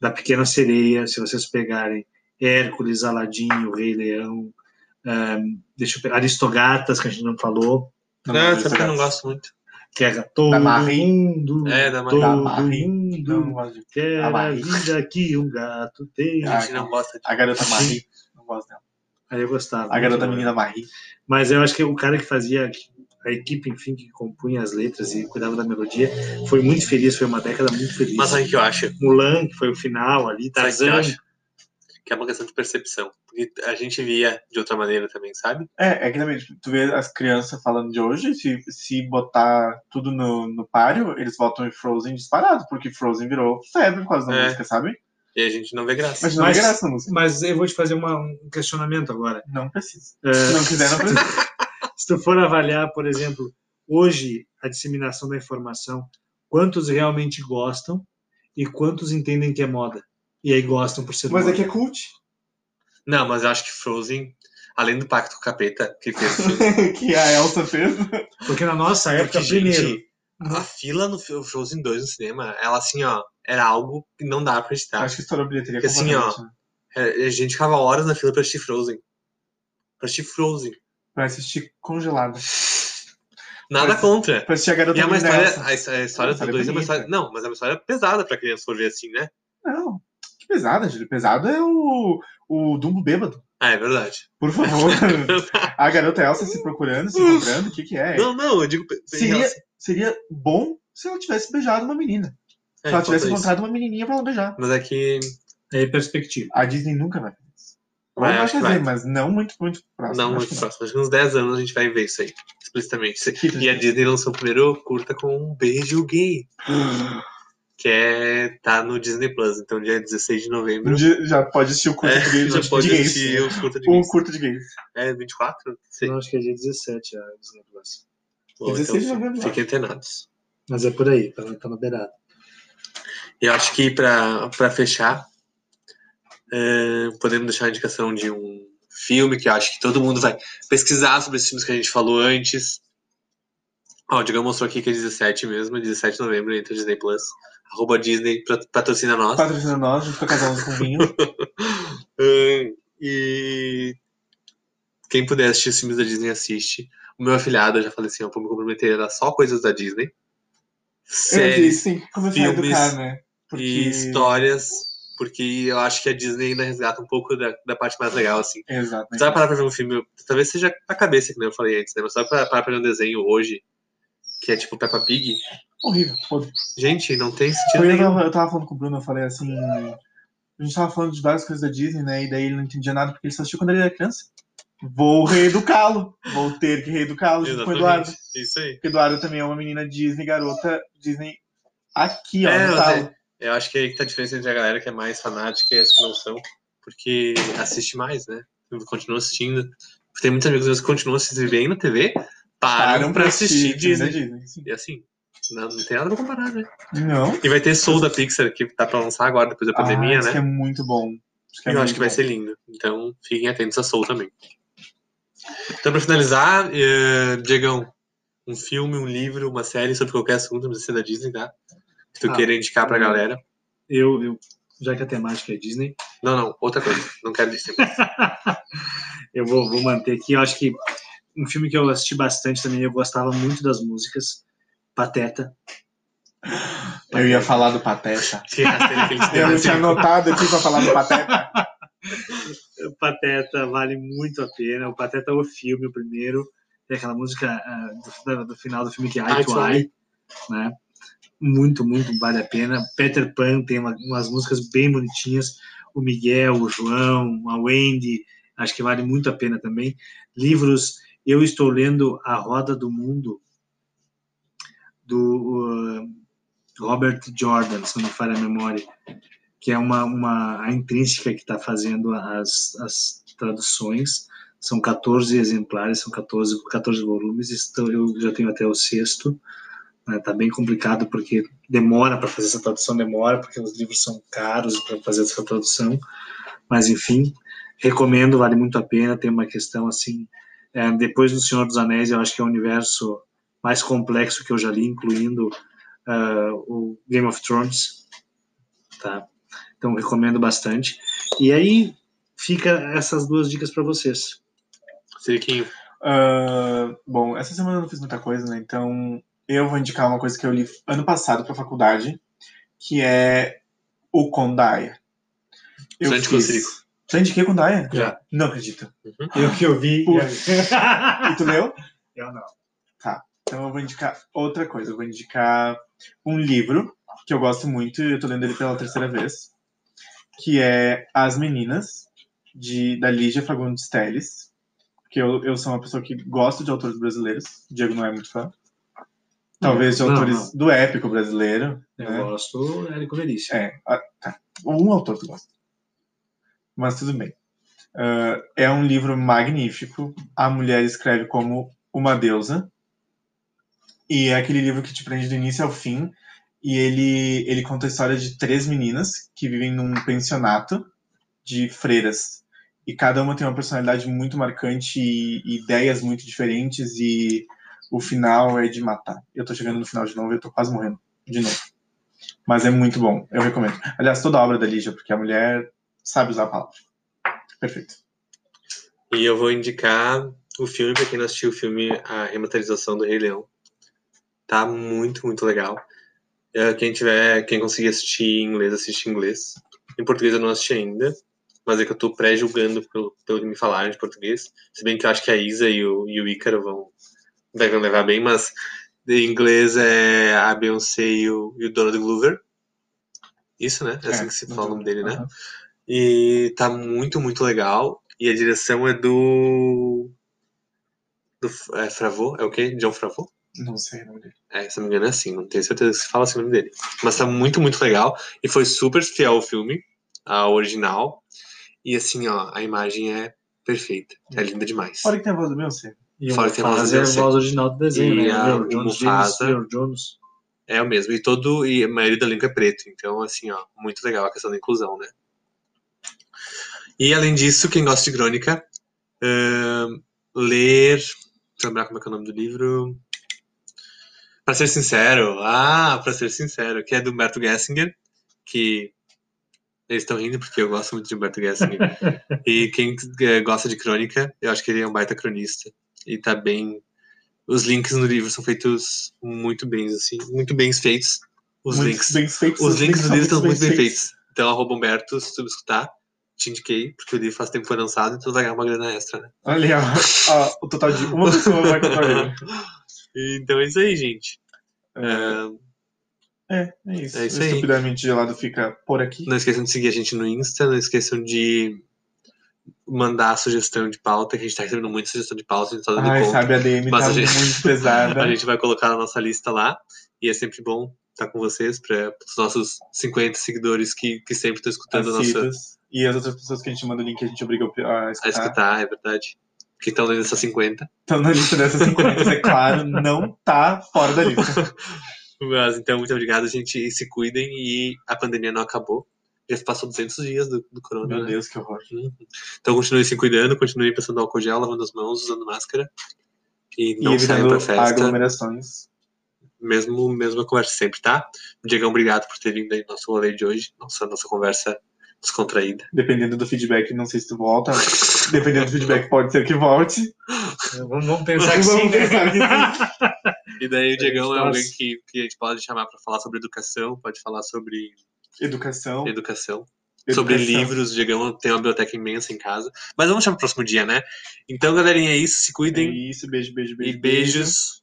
S3: Da Pequena Sereia, se vocês pegarem Hércules, Aladim, O Rei Leão, ehm, deixa eu pegar, Aristogatas, que a gente não falou,
S1: Não,
S2: mas
S1: sabe
S2: isso
S1: que eu
S2: é-
S1: não gosto muito.
S3: que era todo
S2: Marie.
S3: mundo,
S1: É, da Marie. Então,
S3: todo
S2: Da Marie.
S3: mundo
S2: Não, não gosto de-
S3: quer
S2: A
S3: a
S2: Marie.
S3: vida que um gato tem.
S1: A
S2: Ah,
S1: gente não gosta de.
S2: A garota Marie. Não gosto dela.
S3: Aí eu gostava.
S2: A garota
S3: muito,
S2: menina Marie.
S3: Mas eu acho que o cara que fazia a equipe, enfim, que compunha as letras e cuidava da melodia, foi muito feliz, foi uma década muito feliz.
S1: Mas sabe o que eu acho?
S3: Mulan, que foi o final
S1: Sabe o que
S3: ali,
S1: eu
S3: Tarzan.
S1: acho? Que é uma questão de percepção. Porque a gente via de outra maneira também, sabe?
S2: É, é que também, tipo, tu vê as crianças falando de hoje, se, se botar tudo no, no páreo, eles votam em Frozen disparado, porque Frozen virou febre por causa da
S1: É.
S2: música, sabe?
S1: E a gente não vê graça.
S2: Mas não
S3: Mas-
S2: é graça a música.
S3: Mas eu vou te fazer uma- um questionamento agora.
S2: Não precisa.
S3: É,
S2: Se não quiser, não precisa.
S3: se tu for avaliar, por exemplo, hoje a disseminação da informação, quantos realmente gostam e quantos entendem que é moda? E aí gostam por ser
S2: Mas é
S3: moda.
S2: que é cult.
S1: Não, mas eu acho que Frozen, além do pacto com o capeta, que fez o filme.
S2: que a Elsa fez.
S3: Porque na nossa
S2: É,
S3: época,
S1: Porque,
S3: primeiro,
S1: gente, a fila no Fro- Frozen 2 no cinema, ela assim, ó, era algo que não dá pra acreditar.
S2: Acho que estourou a bilheteria
S1: Tá. Porque assim, ó,
S2: completamente, né?
S1: É, A gente ficava horas na fila pra assistir Frozen. Pra assistir Frozen.
S2: Pra assistir congelada.
S1: Nada
S2: Pois é.
S1: contra.
S2: Pra assistir a garota
S1: E é uma
S2: menina
S1: história.
S2: Elsa.
S1: A, his- a história
S2: Uma
S1: dos
S2: história
S1: dois é uma
S2: bonita.
S1: história. Não, mas é uma história pesada pra criança for ver assim, né?
S2: Não, que pesada, Júlio. Pesado é o, o Dumbo bêbado.
S1: Ah, é verdade.
S2: Por favor. a garota Elsa se procurando, se encontrando, o que que é?
S1: Não, não, eu digo. assim, em
S2: Seria-
S1: relação-
S2: Seria bom se ela tivesse beijado uma menina.
S1: É,
S2: se ela
S1: falta
S2: tivesse
S1: isso.
S2: encontrado uma menininha pra ela beijar.
S1: Mas é que.
S3: é perspectiva.
S2: A Disney nunca vai fazer isso.
S1: Vai,
S2: Vai,
S1: acho que
S2: fazer,
S1: vai.
S2: mas não muito, muito próximo.
S1: não,
S2: acho
S1: muito
S2: que
S1: próximo. Acho que uns 10 anos a gente vai ver isso aí, explicitamente.
S2: Que
S1: E a Disney lançou o primeiro curta com um beijo gay, que é, tá no Disney Plus. Então, dia 16 de novembro,
S2: Já- Já pode assistir o curto
S1: É,
S2: de gays.
S1: já
S2: Um de Um
S1: pode
S2: gays.
S1: assistir o curta de
S2: O
S1: gays.
S2: curto de gays.
S1: É 24? Sim.
S3: Eu acho que é dia 17 a Disney Plus.
S1: Bom,
S2: 16 de novembro,
S1: então Fiquem antenados.
S3: Mas é por aí, tá, tá na beirada.
S1: E eu acho que pra, pra fechar, eh, podemos deixar a indicação de um filme que eu acho que todo mundo vai pesquisar sobre esses filmes que a gente falou antes. Ó, o Diego mostrou aqui que é 17 mesmo, 17 de novembro, entra Disney Plus. Arroba Disney, pra- patrocina nós.
S2: Patrocina nós, a gente fica casando com vinho.
S1: Ahn, e quem puder assistir os filmes da Disney, assiste. O meu afilhado, eu já falei assim, eu vou me comprometer, era só coisas da Disney.
S2: Eu
S1: Séries
S2: disse, tem que começar a
S1: filmes
S2: educar, né? Porque
S1: e histórias, porque eu acho que a Disney ainda resgata um pouco da, da parte mais legal, assim.
S2: Exatamente.
S1: Você vai parar pra ver um filme, talvez seja a cabeça, que nem eu falei antes, né? Mas só vai parar pra ver um desenho hoje, que é tipo Peppa Pig.
S2: Horrível. foda-se.
S1: Gente, não tem
S2: Eu,
S1: sentido nenhum.
S2: tava- eu tava falando com o Bruno, eu falei assim. A gente tava falando de várias coisas da Disney, né? E daí ele não entendia nada porque ele só assistiu quando ele era criança. Vou reeducá-lo. Vou ter que reeducá-lo junto com o Eduardo.
S1: Exatamente. Isso aí.
S2: Porque o Eduardo também é uma menina Disney, garota Disney. Aqui, ó.
S1: É,
S2: no
S1: mas
S2: talo.
S1: Eu acho que é aí que tá a diferença entre a galera que é mais fanática e as que não são, porque assiste mais, né? Continua assistindo. Tem muitos amigos meus que continuam assistindo bem na TV, param pra assistir
S2: um filme da
S1: Disney.
S2: sim.
S1: E assim, não, não tem nada pra comparar, né?
S2: Não.
S1: E vai ter Soul da Pixar, que tá pra lançar agora, depois da
S2: ah,
S1: pandemia,
S2: isso
S1: né?
S2: que é muito bom. Isso que é
S1: Eu acho
S2: muito
S1: que vai
S2: bom.
S1: ser lindo. Então, fiquem atentos a Soul também. Então, pra finalizar, eh, Diegão, um filme, um livro, uma série sobre qualquer assunto, não precisa ser da Disney, tá? Que tu
S3: Ah,
S1: queira indicar pra
S3: hum.
S1: galera.
S3: Eu, eu, já que a temática é Disney,
S1: Não, não, outra coisa. Não quero Disney.
S3: eu vou, vou manter aqui. Eu acho que um filme que eu assisti bastante também, eu gostava muito das músicas, Pateta.
S2: Eu ia falar do Pateta.
S1: Tinha rasteira aquele
S2: Eu
S1: cinema,
S2: não
S1: assim.
S2: tinha anotado aqui pra falar do Pateta.
S3: O Pateta vale muito a pena. O Pateta é o filme, o primeiro. Tem aquela música ah, do, do final do filme que é Eye
S1: Eye
S3: to
S1: to
S3: Eye. Né? Muito, muito vale a pena. Peter Pan tem uma- umas músicas bem bonitinhas. O Miguel, o João, a Wendy. Acho que vale muito a pena também. Livros. Eu estou lendo A Roda do Mundo do ah, Robert Jordan, se não me falha a memória que é uma, uma a intrínseca que está fazendo as, as traduções. São 14 exemplares, são 14, 14 volumes. Estou, eu já tenho até o sexto. Está bem complicado porque demora para fazer essa tradução, demora porque os livros são caros para fazer essa tradução. Mas enfim, recomendo, vale muito a pena. Tem uma questão assim, é, depois do Senhor dos Anéis, eu acho que é o universo mais complexo que eu já li, incluindo ah, o Game of Thrones. Tá? Então recomendo bastante. E aí fica essas duas dicas para vocês.
S1: Cirquinho.
S2: Ah, bom, essa semana eu não fiz muita coisa, né? Então eu vou indicar uma coisa que eu li ano passado pra faculdade, que é o Kondaya.
S1: Grande Cosirico.
S2: Já indiquei com Daya?
S3: Já.
S2: Não acredito.
S3: Eu que eu vi.
S2: Putz. E tu leu?
S3: eu não.
S2: Então eu vou indicar outra coisa. Eu vou indicar um livro que eu gosto muito e eu tô lendo ele pela terceira vez, que é As Meninas, de, da Lígia Fagundes Telles. Porque eu, eu sou uma pessoa que gosto de autores brasileiros. Diego não é muito fã. Talvez de
S3: Não,
S2: autores
S3: não.
S2: do épico brasileiro.
S3: Eu
S2: né?
S3: gosto do Érico Veríssimo.
S2: É, ah, tá. Um autor tu gosta. Mas tudo bem. Ah, é um livro magnífico. A mulher escreve como uma deusa. E é aquele livro que te prende do início ao fim. E ele, ele conta a história de três meninas que vivem num pensionato de freiras. E cada uma tem uma personalidade muito marcante e, e ideias muito diferentes. E o final é de matar. Eu tô chegando no final de novo e eu tô quase morrendo de novo. Mas é muito bom, eu recomendo. Aliás, toda a obra da Lígia, porque a mulher sabe usar a palavra. Perfeito.
S1: E eu vou indicar o filme pra quem não assistiu o filme A Rematarização do Rei Leão. Tá muito, muito legal. É, Quem tiver, quem conseguir assistir em inglês, assiste em inglês. Em português eu não assisti ainda, mas é que eu tô pré-julgando pelo, pelo que me falaram de português. Se bem que eu acho que a Isa e o, e o Ícaro vão devem levar bem, mas em inglês é a Beyoncé e o, e o Donald Glover. Isso, né? É assim que se fala o nome dele, né?
S2: Aham.
S1: E tá muito, muito legal. E a direção é do. do é, Fravô? É o quê? John Fravô?
S2: Não sei o nome dele.
S1: É, se não me engano é assim, não tenho certeza se fala assim o nome dele. Mas tá muito, muito legal. E foi super fiel ao filme, ao original. E assim, ó, a imagem é perfeita. É linda demais.
S2: Olha que tem a voz do Beyoncé.
S3: E
S1: Fora
S3: o
S1: que tem voz
S3: Mufasa é a
S1: desse.
S3: voz original do desenho,
S1: E
S3: né?
S1: a-
S3: Earl
S1: o
S3: Jones, James
S1: Mufasa.
S3: Earl Jones.
S1: É o mesmo. E todo. E a maioria do elenco é preto. Então, assim, ó, muito legal a questão da inclusão, né? E além disso, quem gosta de crônica, ahn, ler. Deixa eu lembrar como é que é o nome do livro. Pra ser sincero. Ah, pra ser sincero, que é do Humberto Gessinger, que. Eles estão rindo porque eu gosto muito de Humberto Gessinger. e quem eh, gosta de crônica, eu acho que ele é um baita cronista. E tá bem. Os links no livro são feitos muito bem, assim, muito bem feitos. Os
S2: Muito
S1: links.
S2: bem feitos,
S1: Os links do
S2: são
S1: livro estão muito bem
S2: feitos.
S1: feitos. Então, arroba Humberto, se tu me escutar, te indiquei, porque o livro faz tempo que foi lançado, então tu vai ganhar uma grana extra, né?
S2: Olha, ó, ó, o total de uma pessoa vai comprar o livro.
S1: Então é isso aí, gente. Ah,
S2: É, é isso.
S1: É isso
S2: O
S1: aí.
S2: Estupidamente gelado fica por aqui.
S1: não esqueçam de seguir a gente no Insta, não esqueçam de mandar sugestão de pauta, que a gente tá recebendo muita sugestão de pauta, a gente tá dando
S2: Ai,
S1: conta.
S2: sabe, a DM
S1: Mas
S2: tá
S1: a gente-
S2: muito pesada.
S1: A gente vai colocar na nossa lista lá. E é sempre bom estar com vocês, para os nossos 50 seguidores que, que sempre estão escutando a tá nossa.
S2: Assíduos. E as outras pessoas que a gente manda o link, a gente obriga a
S1: A
S2: escutar.
S1: escutar, é verdade. Que estão dentro dessas 50.
S2: Então, na lista dessas 50, é claro, não tá fora da lista.
S1: Mas então, muito obrigado, gente. E se cuidem. E a pandemia não acabou. Já passou 200 dias do, do corona.
S2: Meu
S1: Né?
S2: Deus, que horror.
S1: Então, continue se cuidando, continue pensando álcool gel, lavando as mãos, usando máscara. E não
S2: e
S1: saiam pra
S2: evitando
S1: festa.
S2: aglomerações.
S1: mesmo mesma conversa sempre, tá? Diego, obrigado por ter vindo aí no nosso rolê de hoje, nossa, nossa conversa descontraída.
S2: Dependendo do feedback, não sei se tu volta. mas Dependendo do feedback, pode ser que volte.
S3: Vamos, vamos pensar que
S2: Vamos
S3: sim. né?
S2: pensar que
S1: E daí o Diegão é
S3: tá
S1: alguém
S3: assim.
S1: que, que a gente pode chamar para falar sobre educação, pode falar sobre
S2: Educação.
S1: educação, sobre
S2: educação.
S1: livros. O Diegão tem uma biblioteca imensa em casa. Mas vamos chamar pro próximo dia, né? Então, galerinha, é isso. Se
S2: É
S1: cuidem
S2: isso, beijo, beijo,
S1: e
S2: beijo.
S1: beijos.